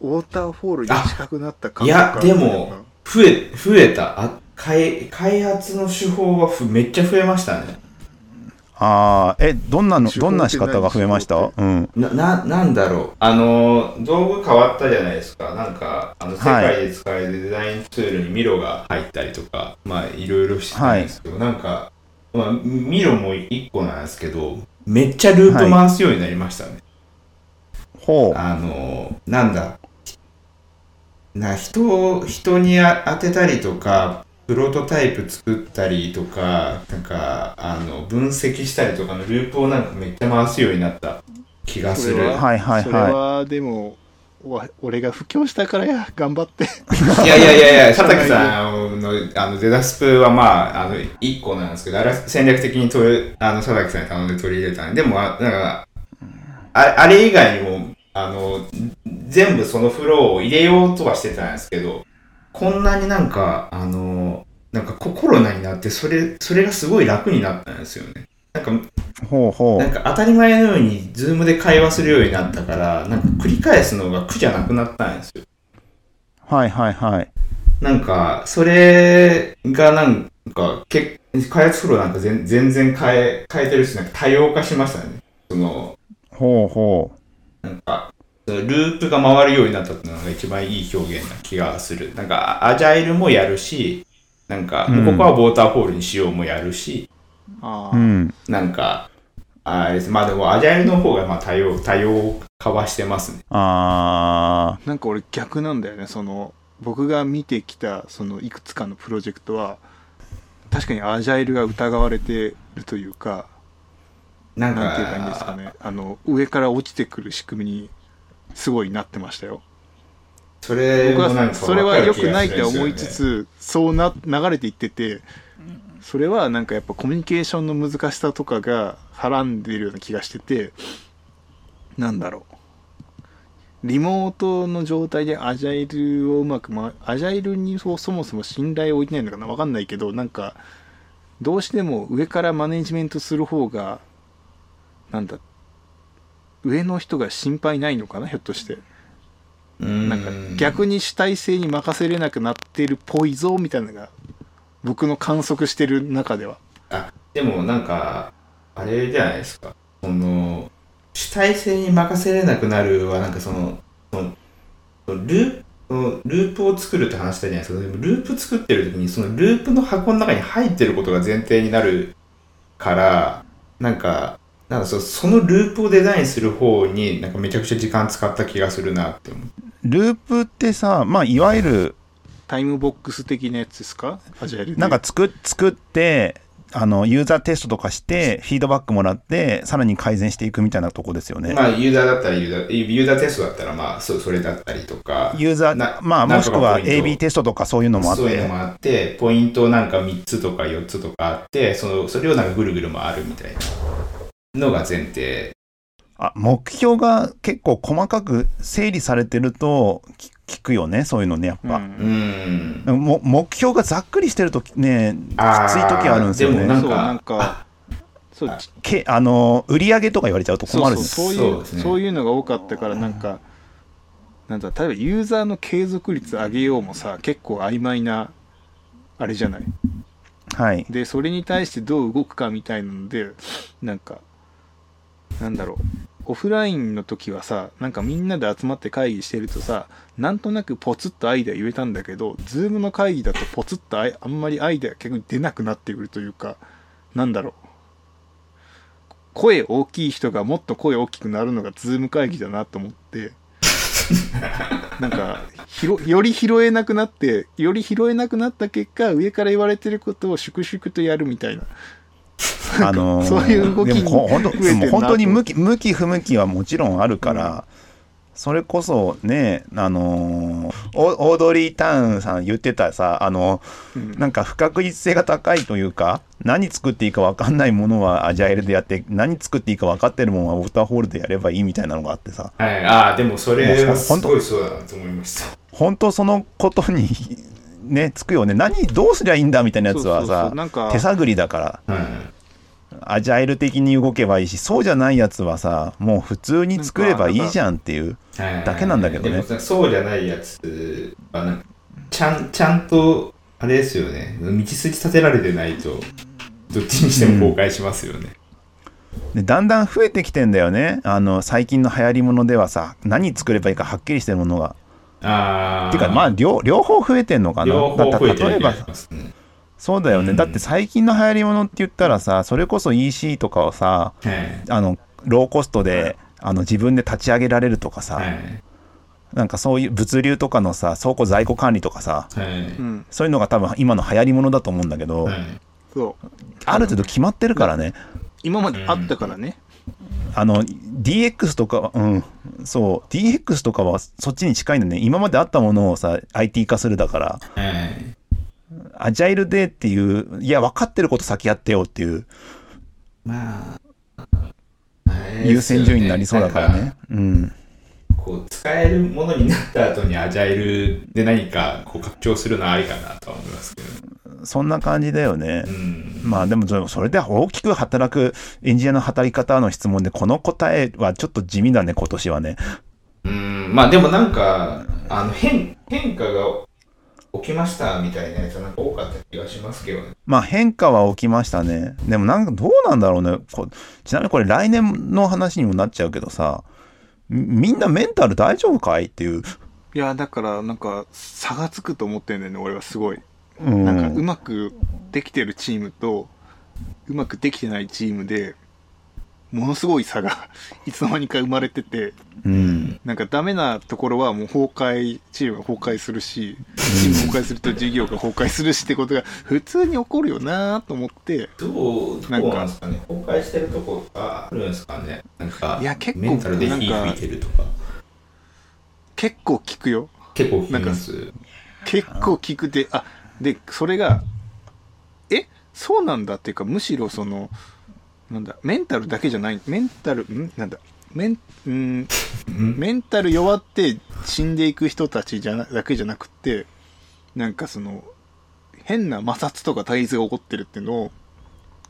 ウォーターフォールに近くなったい感や、覚でがあるよなも、増え、増えた。あ開開発の手法はふめっちゃ増えましたね。ああ、え、どんなの、手法どんな仕方が増えまし手法たってうん。な、な、なんだろう。あの、道具変わったじゃないですか。なんか、あの、世はい界で使えるデザインツールにミロが入ったりとか、まあ、いろいろしてたんですけど、なんか、まあ、ミロも一個なんですけど、めっちゃループ回すようになりましたね。ほう。あのなんだな人を人にあ当てたりとかプロトタイプ作ったりとかなんかあの分析したりとかのループをなんかめっちゃ回すようになった気がすそるれいはいはいはいそれはでもわ俺が布教したからや頑張ってやいやいやいや佐竹さんのあのデダスプはまああの1個なんですけどあれは戦略的に取りあの佐竹さんに頼んで取り入れたんででもあなんかああれ以外にもあの全部そのフローを入れようとはしてたんですけどこんなになんかあのなんかココロナになってそれそれがすごい楽になったんですよねなんかほうほなんう。か当たり前のようにズームで会話するようになったからなんか繰り返すのが苦じゃなくなったんですよはいはいはい。なんか、それがなんか、け開発フローなんか全全然変え、変えてるし、なんか多様化しましたね。その、ほうほう。なんか、ループが回るようになったっていうのが一番いい表現な気がする。なんか、アジャイルもやるし、なんか、うんここはウォーターホールにしようもやるし、あうあ、ん。なんか、あれですまあでも、アジャイルの方がまあ多様、多様化はしてますね。あなんか俺逆なんだよねその僕が見てきたそのいくつかのプロジェクトは確かにアジャイルが疑われてるというかなんか、なんていうかいいんですかねあの上から落ちてくる仕組みにすごいなってましたよそれ僕もなんはかそれは良くないって思わかるい気がつするんですよねつそうな流れていっててそれはなんかやっぱコミュニケーションの難しさとかがはらんでるような気がしててなんだろうリモートの状態でアジャイルをうまく、ま、アジャイルにそうそもそも信頼を置いてないのかなわかんないけどなんかどうしても上からマネジメントする方がなんだ上の人が心配ないのかなひょっとして。うんなんか逆に主体性に任せれなくなってるっぽいぞみたいなのが僕の観測してる中ではあでもなんかあれじゃないですかその主体性に任せれなくなるはなんかそのそのそのループそのループを作るって話したじゃないですかでもループ作ってる時にそのループの箱の中に入ってることが前提になるからなんかなんかそそのループをデザインする方になんかめちゃくちゃ時間使った気がするなって思うーループってさ、まあ、いわゆる、タイムボックス的なやつですかアジャイルでなんか作作って、あの、ユーザーテストとかして、フィードバックもらって、さらに改善していくみたいなとこですよね。まあユーザーだったらユーザーユーザーテストだったらまあそそれだったりとかユーザー、なまあ、なもんしとくかはポイント AB テストとかそういうのもあっそういうのて。もあって、ポイントなんか3つとか4つとかあって、そのそれをなんかぐるぐる回るみたいなのが前提。あ目標が結構細かく整理されてるとき聞くよねそういうのねやっうぱ、うんん。も目標がざっくりしてるとねきついあー時あるんですよでねもなんそうかなんかそうあけあの売り上げとか言われちゃうとそ困うるんそうですそういそううですねそういうのが多かったからなんかなんだ例えばユーザーの継続率上げようもさ結構曖昧なあれじゃないはいでそれに対してどう動くかみたいなのでなんかなんだろうオフラインの時はさなんかみんなで集まって会議してるとさなんとなくポツッとアイデア言えたんだけど Zoom の会議だとポツッとあいあんまりアイデア逆に出なくなってくるというかなんだろう声大きい人がもっと声大きくなるのが Zoom 会議だなと思ってなんかひろより拾えなくなってより拾えなくなった結果上から言われてることを粛々とやるみたいなあのーそういう動きにでもこ本当増えてんなともう本当に向き向き不向きはもちろんあるから、それこそねあのーオオードリー・タウンさん言ってたさあのうんなんか不確実性が高いというか何作っていいか分かんないものはアジャイルでやって何作っていいか分かってるものはウォーターホールでやればいいみたいなのがあってさはい、ああ、でもそれもはうすそごいそうだなと思いました。本当そのことにねつくよね何どうすりゃいいんだみたいなやつはそうそうさそうなんか手探りだからうん、アジャイル的に動けばいいしそうじゃないやつはさもう普通に作ればいいじゃんっていうだけなんだけどねでもそうじゃないやつはなんかちゃん、ちゃんと、あれですよね、道筋立てられてないと、どっちにしても崩壊しますよね。でだんだん増えてきてんだよねあの最近の流行りものではさ何作ればいいかはっきりしてるものがああ。ていうかまあ両両方増えてんのかな両方だった増らえてる例え気がばしますね。そうだよね、うんだって最近の流行りものって言ったらさそれこそ EC とかをさはい。あのローコストであの自分で立ち上げられるとかさ、はい。なんかそういう物流とかのさ倉庫在庫管理とかさはい。うんそういうのが多分今の流行りものだと思うんだけど、はいそうある程度決まってるからね、今まであったからね、あの DX とかはうんそう DX とかはそっちに近いんだね今まであったものをさ IT 化するだからはいアジャイルデーっていういや分かってること先やってよっていうまあ、優先順位になりそうだからねなんうんこう使えるものになった後にアジャイルで何かこう拡張するのはありかなとは思いますけど、ね、そんな感じだよね、うん。まあでもそれそれで大きく働くエンジニアの働き方の質問でこの答えはちょっと地味だね今年はねうん、まあでもなんか、あの変変化が起きましたみたいなやつはなんか多かった気がしますけどね。まあ変化は起きましたねでもなんかどうなんだろうねこちなみにこれ来年の話にもなっちゃうけどさみみんなメンタル大丈夫かいっていういやだからなんか差がつくと思ってんだよね俺はすごいうんなんかうまくできてるチームとうまくできてないチームでものすごい差が いつの間にか生まれててうんなんかダメなところはもう崩壊チームが崩壊するしチーム崩壊すると事業が崩壊するしってことが普通に起こるよなと思ってどう、どうなんかなんですかね崩壊してるとこがあるんですかねなんか、いや結構メンタルで火なんか吹いてるとか。結構聞くよ結構聞きます。結構聞くであでそれがえそうなんだっていうかむしろそのなんだメンタルだけじゃないメンタルんなんだメンうんうんメンタル弱って死んでいく人たちじゃなだけじゃなくてなんかその変な摩擦とか対立が起こってるっていうのを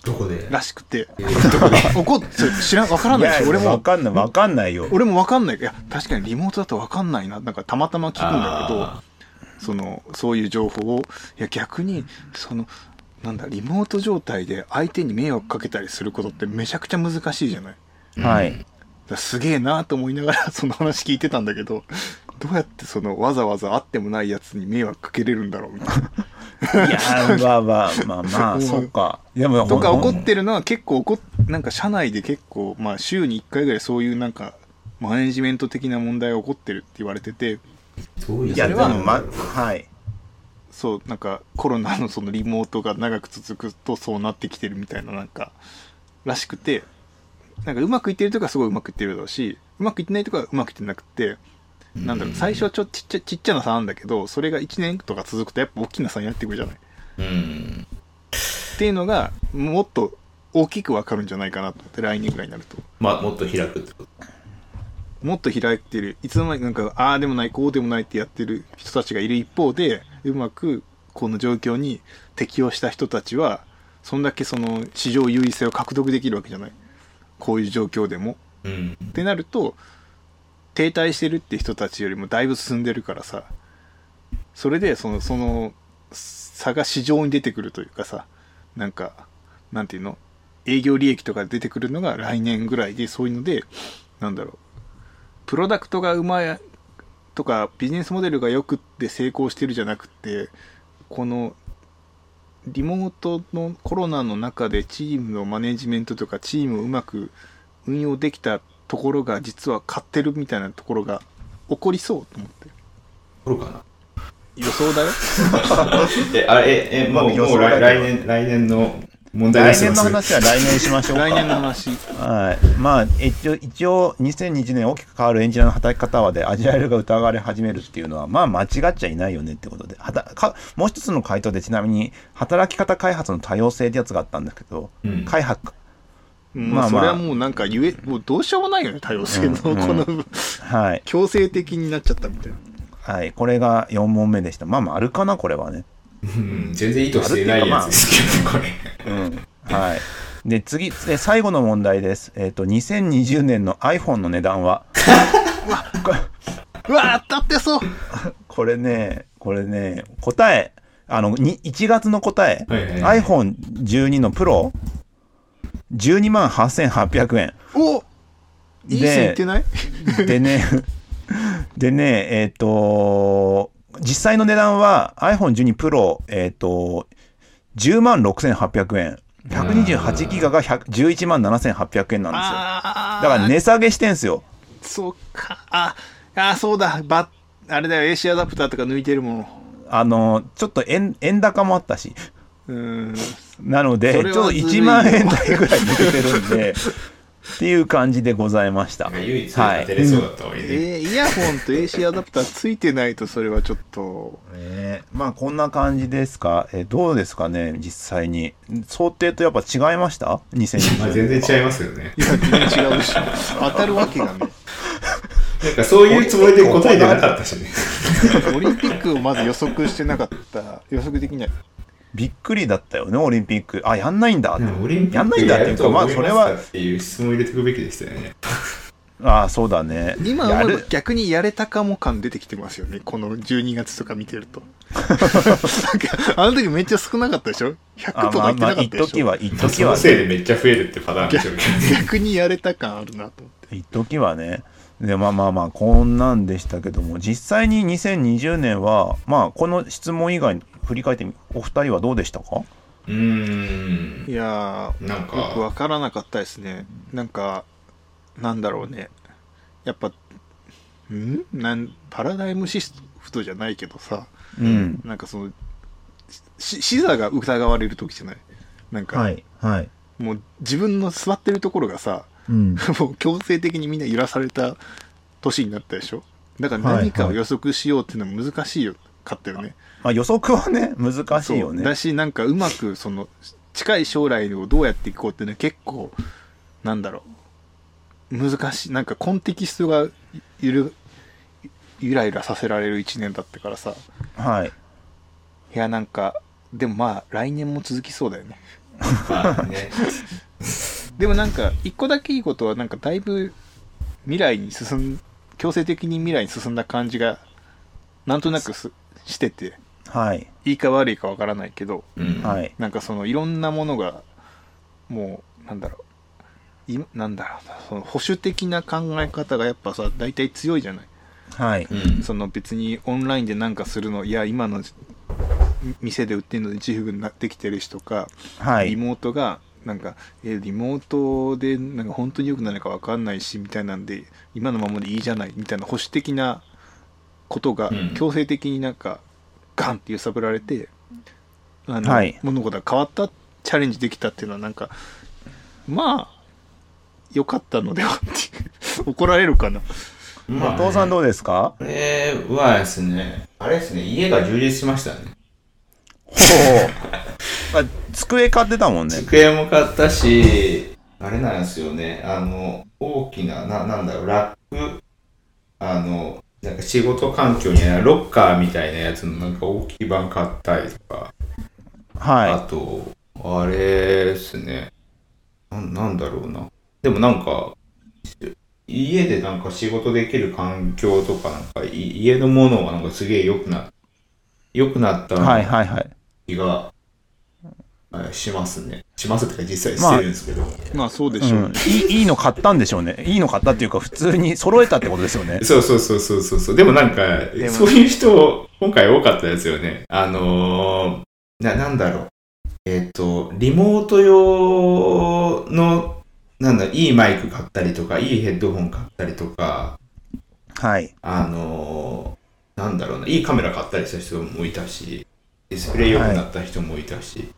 どこでらしくてえーどこで 起こって知らんわからいないでやしょ俺わもかんないわかんないよ俺もわかんないいや確かにリモートだとわかんないななんかたまたま聞くんだけどあそのそういう情報をいや逆にそのなんだリモート状態で相手に迷惑かけたりすることってめちゃくちゃ難しいじゃないだかーはい。らすげえなと思いながら その話聞いてたんだけどどうやってそのわざわざ会ってもないやつに迷惑かけれるんだろうみたいいやー、まあまあ、まあまあ、そうか。いや、もなうとか怒っる。てるのは結構怒っなんか社内で結構まあ週に1回ぐらいそういうなんかマネジメント的な問題が起こってるって言われててどういういや、でそれはも、ま、はい。そうなんかコロナのそのリモートが長く続くとそうなってきてるみたいななんからしくてなんかうまくいってるとかすごいうまくいってるだろうしうまくいってないとかうまくいってなくてなんだろう最初はちょっとちっちゃちっちゃな差なんだけどそれが1年とか続くとやっぱ大きな差になってくるじゃないっうん。ていうのがもっと大きくわかるんじゃないかなと思って来年ぐらいになるとまあ、もっと開くってこと。もっと開いてるいつの間になんかああでもないこうでもないってやってる人たちがいる一方でうまくこの状況に適応した人たちはそんだけその市場優位性を獲得できるわけじゃないこういう状況でも。うん。ってなると停滞してるって人たちよりもだいぶ進んでるからさそれでそのその差が市場に出てくるというかさなんかなんていうの営業利益とか出てくるのが来年ぐらいでそういうのでなんだろうプロダクトがうまいとかビジネスモデルがよくって成功してるじゃなくってこのリモートのコロナの中でチームのマネジメントとかチームをうまく運用できたところが実は勝ってるみたいなところが起こりそうと思って取るかな予想だよえ、あれ、え、えもう、まあ予もう想だ来けど来年、来年の問題出来して年まの話す。は来年しましょうか。来年の話はい。まあ、一応、一応、2020年大きく変わるエンジニアの働き方はで、アジャイルが疑われ始めるっていうのは、まあ、間違っちゃいないよねってことで。はたかもう一つの回答で、ちなみに、働き方開発の多様性ってやつがあったんだけど、うん開発か、うんまあまあそれはもうなんか言えもうどうしようもないよね多様性のこうんうんの、はい。強制的になっちゃったみたいなはい。これが4問目でした。まあ、丸かな、これはね。うん、全然意図してないやつですけど、これ。うんはい。で、次、で最後の問題です。えっ、と、2020年の iPhone の値段はこれうわ当たってそうこれね、これね、答え、あの、に1月の答え、はいはいはい iPhone12 の Pro、12万8800円。おいい線いってないでね、 でね、えっ、と、実際の値段は iPhone12 Pro、えっ、と、10万6800円。128ギガが100 11万7800円なんですよ。あーだから値下げしてんすよ。そうかああーそうだバあれだよ AC アダプターとか抜いてるものあの、ちょっと円円高もあったし。うんなので、ちそょれっはとずるいよ1万円台ぐらい抜けてるん で、っていう感じでございました。なんか唯一は当い。てれそうだったわけで。えーイヤホンと AC アダプターついてないとそれはちょっとねまあこんな感じですか。えどうですかね、実際に。想定とやっぱ違いましたまあ、 ?2020 全年。然違いますよね。いや全然違うし当たるわけがねなんかそういうつもりで答えてなかったし ね。オリンピックをまず予測してなかった予測できないびっくりだったよね、オリンピック。あ、やんないんだって。オリンピやんッなクいんだっやているうとか、ま思あいそまれすかはっ、ていう質問を入れておくべきでしたよね。ああ、そうだね。今や思えばる。逆にやれたかも感出てきてますよねこの12月とか見てる となんかあの時めっちゃ少なかったでしょあ100とまかあ言ってまあ一な、かったでし時ょは、一そ時のは、せいでめっちゃ増えるってパターンで しょうけどね。逆にやれた感あるなと思って一時はねでまあまあまあこんなんでしたけども実際に2020年はまあこの質問以外振り返ってみお二人はどうでしたかうーんいやーなんよくかわからなかったですねなんかなんだろうねやっぱんなんパラダイムシフトじゃないけどさうんなんかそのし視座が疑われる時じゃないなんか、はいはいもう自分の座ってるところがさ うんもう強制的にみんな揺らされた年になったでしょだからはい何かはをい予測しようっていうのは難しいよかったよね。まあ予測はね難しいよそうねだしなんかうまくその近い将来をどうやっていこうっていうのは結構なんだろう難しいなんかコンテキストがゆるゆらゆらさせられる1年だったからさはいいやなんかでもまあ来年も続きそうだよねまあねでもなんか一個だけいいことはなんかだいぶ未来に進ん強制的に未来に進んだ感じがなんとなくすしててはいいいか悪いかわからないけどうんはいなんかそのいろんなものがもうなんだろういなんだろうなその保守的な考え方がやっぱさ大体強いじゃないはいうんその別にオンラインでなんかするのいや今のみ店で売ってるので一フになってきてるしとかはリいモートがなんか、えーリモートでなんか本当に良くなるか分かんないしみたいなんで今のままでいいじゃないみたいな保守的なことがうん強制的になんかガンって揺さぶられて、あのはい物事が変わったチャレンジできたっていうのはなんかまあ良かったのではって 怒られるかなまあお父さんどうですかこれはですね、あれですね、家が充実しましたね。ほうあ机買ってたもんね机も買ったし、あれなんですよね、あの、大きな、ななんだろう、ラック、あの、なんか仕事環境にあるロッカーみたいなやつのなんか大きい版買ったりとか、あはと、あれですね、なんなんだろうな。でもなんか、家でなんか仕事できる環境とか、なんかい家のものはなんかすげえ良くな、良くなったいなはいはいはい気があしますね。しますってか実際してるんですけど。まあそうでしょうね、うん、いいいいの買ったんでしょうねいいの買ったっていうか普通に揃えたってことですよねそうそうそうそうそうそう。でもなんか、もそういう人、今回多かったですよね。あのーな、なんだろう。えっ、と、リモート用の、なんだ、いいマイク買ったりとか、いいヘッドホン買ったりとか、はいあのーなんだろうな、いいカメラ買ったりした人もいたし、ディスプレイ良くなった人もいたし、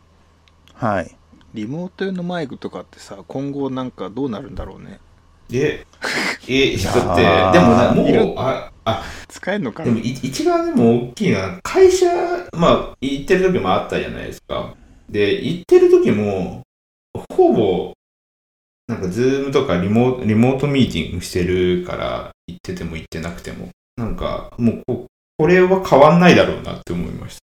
はいリモート用のマイクとかってさ今後なんかどうなるんだろうね で、え、人って、いやーでもな、もいるう、あ、あ、使えるのかでなもい一番でも大きいのは会社まあ行ってる時もあったじゃないですかで行ってる時もほぼなんかズームとかリモリモートミーティングしてるから行ってても行ってなくてもなんかもうここれは変わんないだろうなって思いました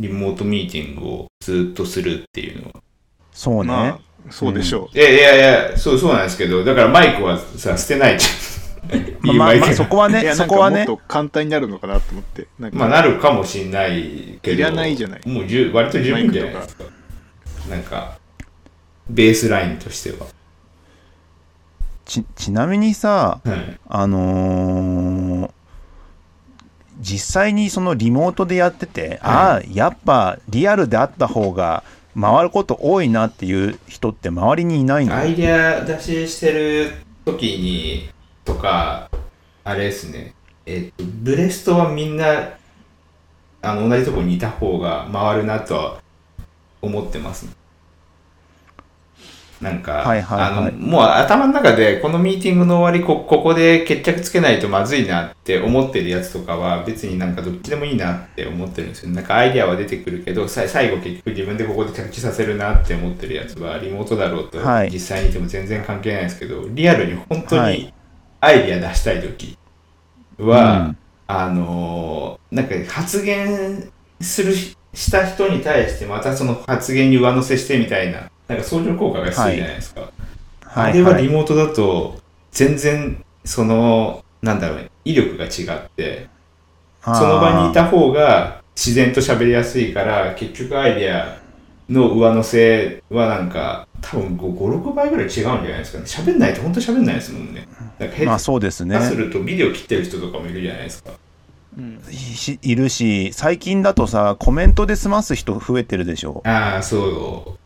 リモートミーティングをずっとするっていうのはそうね、まあそうでしょう、いやいやいやそうそうなんですけどだからマイクはさ捨てないじゃんいいまマあイまあクがそこはいねやなそんかこはねもっと簡単になるのかなと思ってなんか、まあなるかもしんないけど、いらないじゃないもう十割と十分じゃないですか。なんか、ベースラインとしては。ちちなみにさはい、あのー実際にそのリモートでやってて、ああやっぱリアルであった方が回ること多いなっていう人って周りにいないのアイデア出ししてる時に、とか、あれですね、えっと、ブレストはみんな、あの、同じとこにいた方が回るなとは思ってますね。なんか、はいはいはいあの、もう頭の中で、このミーティングの終わりこ、ここで決着つけないとまずいなって思ってるやつとかは、別になんかどっちでもいいなって思ってるんですよ。なんかアイデアは出てくるけど、さ最後結局自分でここで着地させるなって思ってるやつは、リモートだろうと、はい実際にいても全然関係ないですけど、リアルに本当はにいアイデア出したい時は、うんあのーなんか発言するしした人に対してまたその発言に上乗せしてみたいななんか相乗効果が必要じゃないですか、はあいれははリいモートだと全然そのなんだろうね威力が違ってその場にいた方が自然と喋りやすいから結局アイデアの上乗せはなんか多分56倍ぐらい違うんじゃないですかね喋んないと本当喋んないですもんねなんかヘまあッそうですねドするとビデオ切ってる人とかもいるじゃないですかうんしいるし最近だとさコメントで済ます人増えてるでしょああ、そ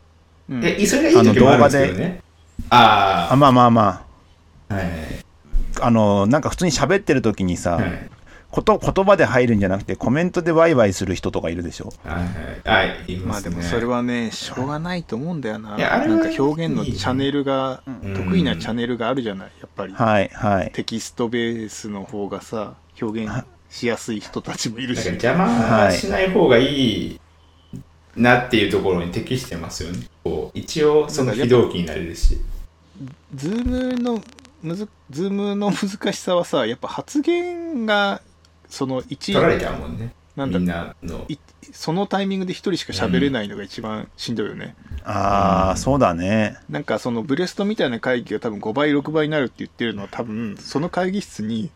うう。んえ、それがいい時もあるんですけどね。ああまあまあまあ、はいはいああのなんか普通に喋ってる時にさ、はい。こと言葉で入るんじゃなくてコメントでワイワイする人とかいるでしょはいはい。はい、いままあすでね。もそれはねしょうがないと思うんだよないやあれなはんか表現のチャンネルがうん得意なチャンネルがあるじゃないやっぱりはいはいテキストベースの方がさ表現しやすい人たちもいるなんしか邪魔しない方がいいなっていうところに適してますよね。こう一応、その非同期になれるし。ズームのむずズームの難しさはさやっぱ発言がその一取られちゃうもんね。なんみだんなの。いそのタイミングで一人しか喋れないのが一番しんどいよね、ああ、うんそうだねなんかそのブレストみたいな会議が多分5倍6倍になるって言ってるのは多分その会議室に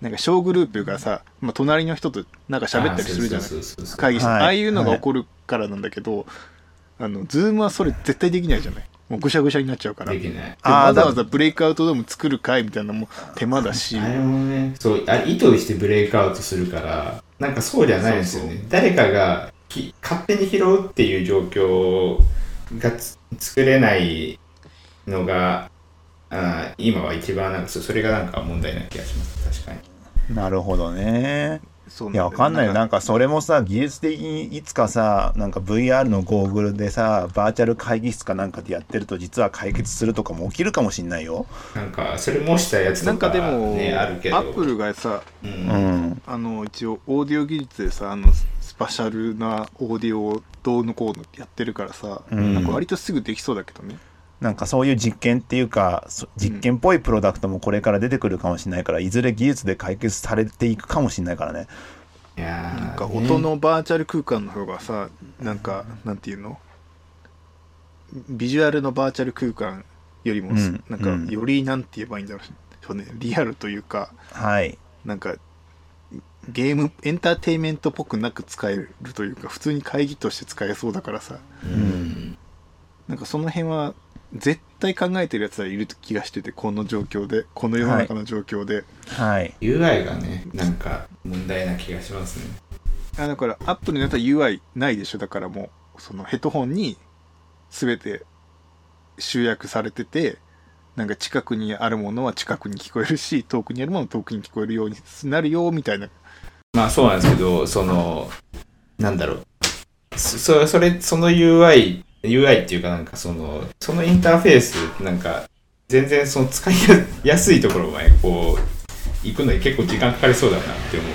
なんか小グループがさ、まあ、隣の人となんか喋ったりするじゃないそうそうそうそう会議室、はいああいうのが起こるからなんだけど、あのズームはそれ絶対できないじゃないもうぐしゃぐしゃになっちゃうからできない。であーわだざわざブレイクアウトドーム作る会みたいなのも手間だしあれもね、そう、あ意図してブレイクアウトするから、なんかそうじゃないですよね。誰かがき勝手に拾うっていう状況がつ作れないのが、あー今は一番なんかそ、それがなんか問題な気がします。確かなるほどねそういやわかんないよななんかそれもさ技術的にいつかさなんか VR のゴーグルでさバーチャル会議室かなんかでやってると実は解決するとかも起きるかもしんないよに。なんか、それ模したやつなとんか、かね、でも、あるけど。アップルがさうんうんあの一応オーディオ技術でさあのスパシャルなオーディオをどうのこうのってやってるからさ、うんなんか割とすぐできそうだけどねなんかそういう実験っていうかそ実験っぽいプロダクトもこれから出てくるかもしれないからいずれ技術で解決されていくかもしれないからねいやーなんか音のバーチャル空間の方がさなんかなんていうのビジュアルのバーチャル空間よりも、うんなんうんかよりなんて言えばいいんだろうねリアルというかはいなんかゲームエンターテインメントっぽくなく使えるというか普通に会議として使えそうだからさねうんなんかその辺は絶対考えてるやつはいる気がしててこの状況でこの世の中の状況で、はい UI がね、なんか問題な気がしますね。あだからアップルのやつは UI ないでしょだからもうそのヘッドホンに全て集約されててなんか近くにあるものは近くに聞こえるし遠くにあるものは遠くに聞こえるようになるよみたいなまあそうなんですけど、その、なんだろう。そそそれ、その UI、UI っていうかなんかその、そのインターフェース、なんか、全然その使いやすいところまでこう、行くのに結構時間かかりそうだなって思う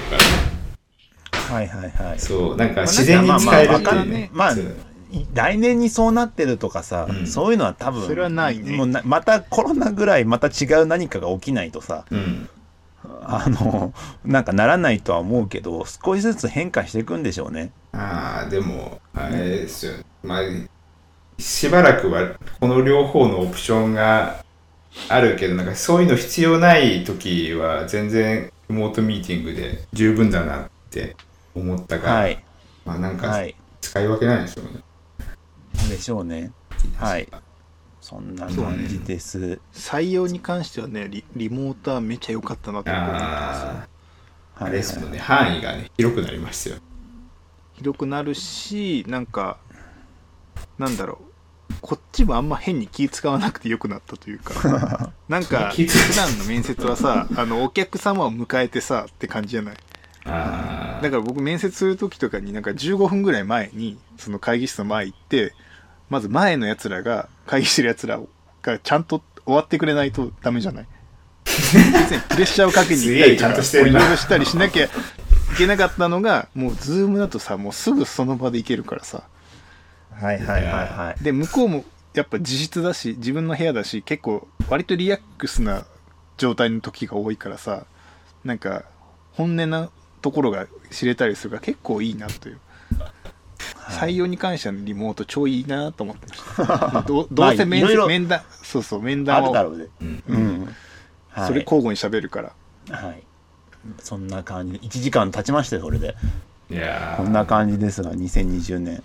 から、はいはいはいそう、なんか自然に使えるっていうね。まあまあまあそうい来年にそうなってるとかさ、うんそういうのは多分それはないねもうなまたコロナぐらいまた違う何かが起きないとさうん。あのなんかならないとは思うけど少しずつ変化していくんでしょうねああ、でも、あれですよね。まあ、しばらくは、この両方のオプションがあるけど、なんかそういうの必要ない時は、全然、リモートミーティングで十分だなって思ったから、はいまあなんはか、い使い分けないですよね。でしょうねはいそんな感じです採用に関してはねリリモートはめちゃ良かったなって思ってますああ、はあいれですもんね。範囲がね、広くなりましたよ。広くなるしなんかなんだろうこっちもあんま変に気使わなくてよくなったという かなんか気普使う段の面接はさあのお客様を迎えてさって感じじゃないあだあ、から僕面接する時とかになんか15分ぐらい前にその会議室の前行ってまず前のやつらが会議してるやつらがちゃんと終わってくれないとダメじゃない別にプレッシャーをかけに行ったりとすげえちかゃんことしてうるいなろいろしたりしなきゃいけなかったのがもうズームだとさもうすぐその場で行けるからさはいはいはいはいで向こうもやっぱ自室だし自分の部屋だし結構割とリラックスな状態の時が多いからさなんか本音なところが知れたりするから結構いいなという、採用に関してはリモート超いいなと思ってましたどうどうせ面,、いろいろ面談そうそう面あ談るだをろうねうんうん、はい、それ交互に喋るから、はいそんな感じで1時間経ちましたよそれでいやこーんな感じですが2020年ですね。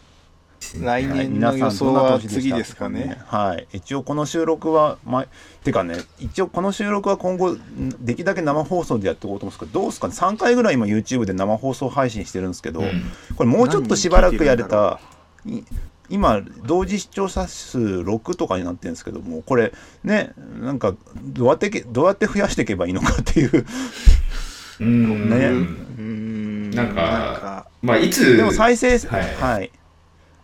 来はい年皆のさん予想どんなは年でし次たですかね。。はい。一応この収録は、まあ、てかね、一応この収録は今後、んできるだけ生放送でやっていこうと思うんですけど、どうですかね、3回ぐらい今 YouTube で生放送配信してるんですけど、うんこれもうちょっとしばらくやれた何、い今、同時視聴者数6とかになってるんですけども、これね、なんかどうやってけ、どうやって増やしていけばいいのかっていう、うんねうんうーんなんかまあ、いつ、でも再生数、ははいい、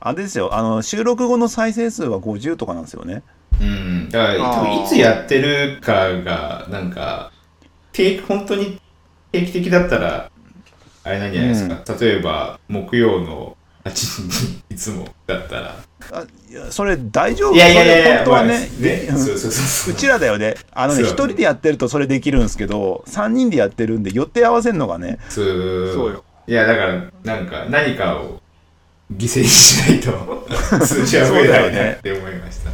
あれですよ、あの、収録後の再生数は50とかなんですよね。うん、だから多分あーいつやってるかがなんか定本当に定期的だったらあれなんじゃないですか、例えば木曜の8時にいつもだったらあいやそれ大丈夫いやいやいやいやそれ本当はまあね,ねうん、そうそうそううちらだよねあのねそ一う人でやってるとそれできるんですけど3人でやってるんで予定合わせるのがねそうそうよいやだからなんか何かを犠牲にしないと数字は増えそうだなよいなねって思いました、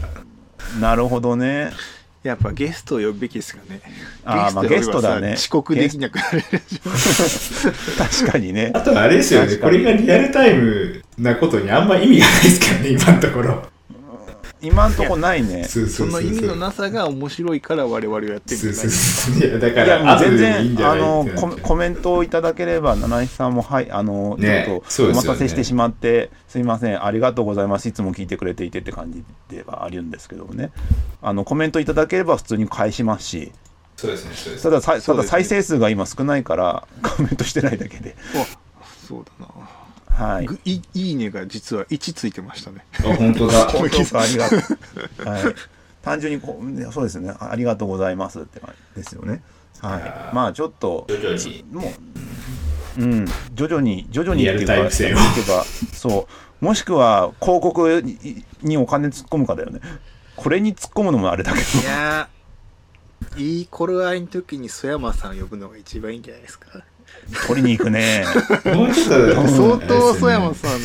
なるほどねやっぱゲストを呼ぶべきですかね。あーまあゲストをゲスト呼べばさだね遅刻できなくなる。確かにねあとはあれですよね確こかにれがリアルタイムなことにあんま意味がないですからね今のところ今んとこないねそうそそうのそう意味そうのなさが面白いから我々はやってるんじゃそうなそいうそういやだかいやもらう全然後でいいんじあゃないのってなっちゃコうメコメントをいただければ七井さんもはいあの、ねちそょうっとでおすよね待たせしてしまって、すいませんありがとうございますいつも聞いてくれていてって感じではあるんですけどもねあのコメントいただければ普通に返しますしそうですねそうですたねださそただうです再ね生数が今少ないからコメントしてないだけであそうだな。はいぐいいいねが実は1ついてました ね。あ本当だ本当かありがとう、はい、単純にこうねそうですねあありがとうございますって感じですよねはいまあちょっと徐々にもううん徐々に徐々にっていうかリアルタイム性をやっていけばそうもしくは広告ににお金突っ込むかだよねこれに突っ込むのもあれだけどいやーいい頃合いの時に曽山さん呼ぶのが一番いいんじゃないですか。取りに行くねもうちょっと相当曽そうや山もんさん、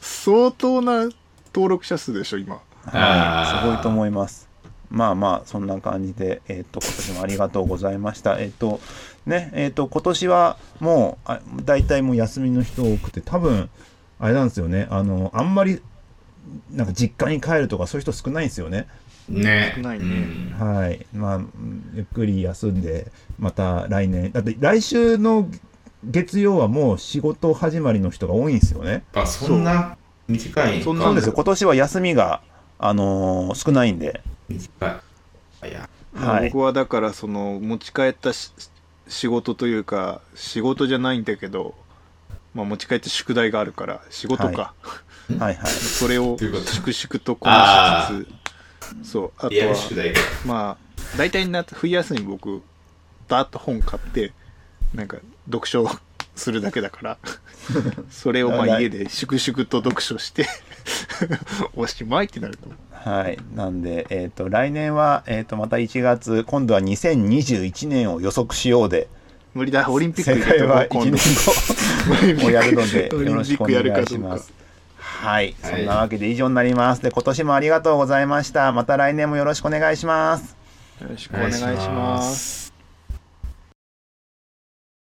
相当な登録者数でしょ、今。あはーい、すごいと思います。まあまあそんな感じで、えっと今年もありがとうございました。えっ、とねえっ、と今年はもうあ大体もう休みの人多くて多分あれなんですよねあのあんまりなんか実家に帰るとかそういう人少ないんですよね。ねないねうんはいまあうんゆっくり休んでまた来年だって来週の月曜はもう仕事始まりの人が多いんですよね。あそんな短いかそんなそうんですよ今年は休みがあのー少ないんで。短いあいやはい僕はだからその持ち帰ったし仕事というか仕事じゃないんだけど、まあ、持ち帰って宿題があるから仕事はか、いはい。それをということ粛々とこなしつつそうあとリアルは宿題がまあ大体な冬休み僕バーッと本買ってなんか読書をするだけ だからそれをまだかあら家で粛々と読書して おしまいってなると思うはい、なんで、えー、と来年は、えー、とまた1月今度は2021年を予測しよう で無理だオリンピック正入れ解ては今1度年オリン後ピックをやるのでオリンピックよろしくお願いしまやるかどうす。はい、はいそんなわけで以上になります。で今年もありがとうございました。また来年もよろしくお願いします。よろしくお願いしますす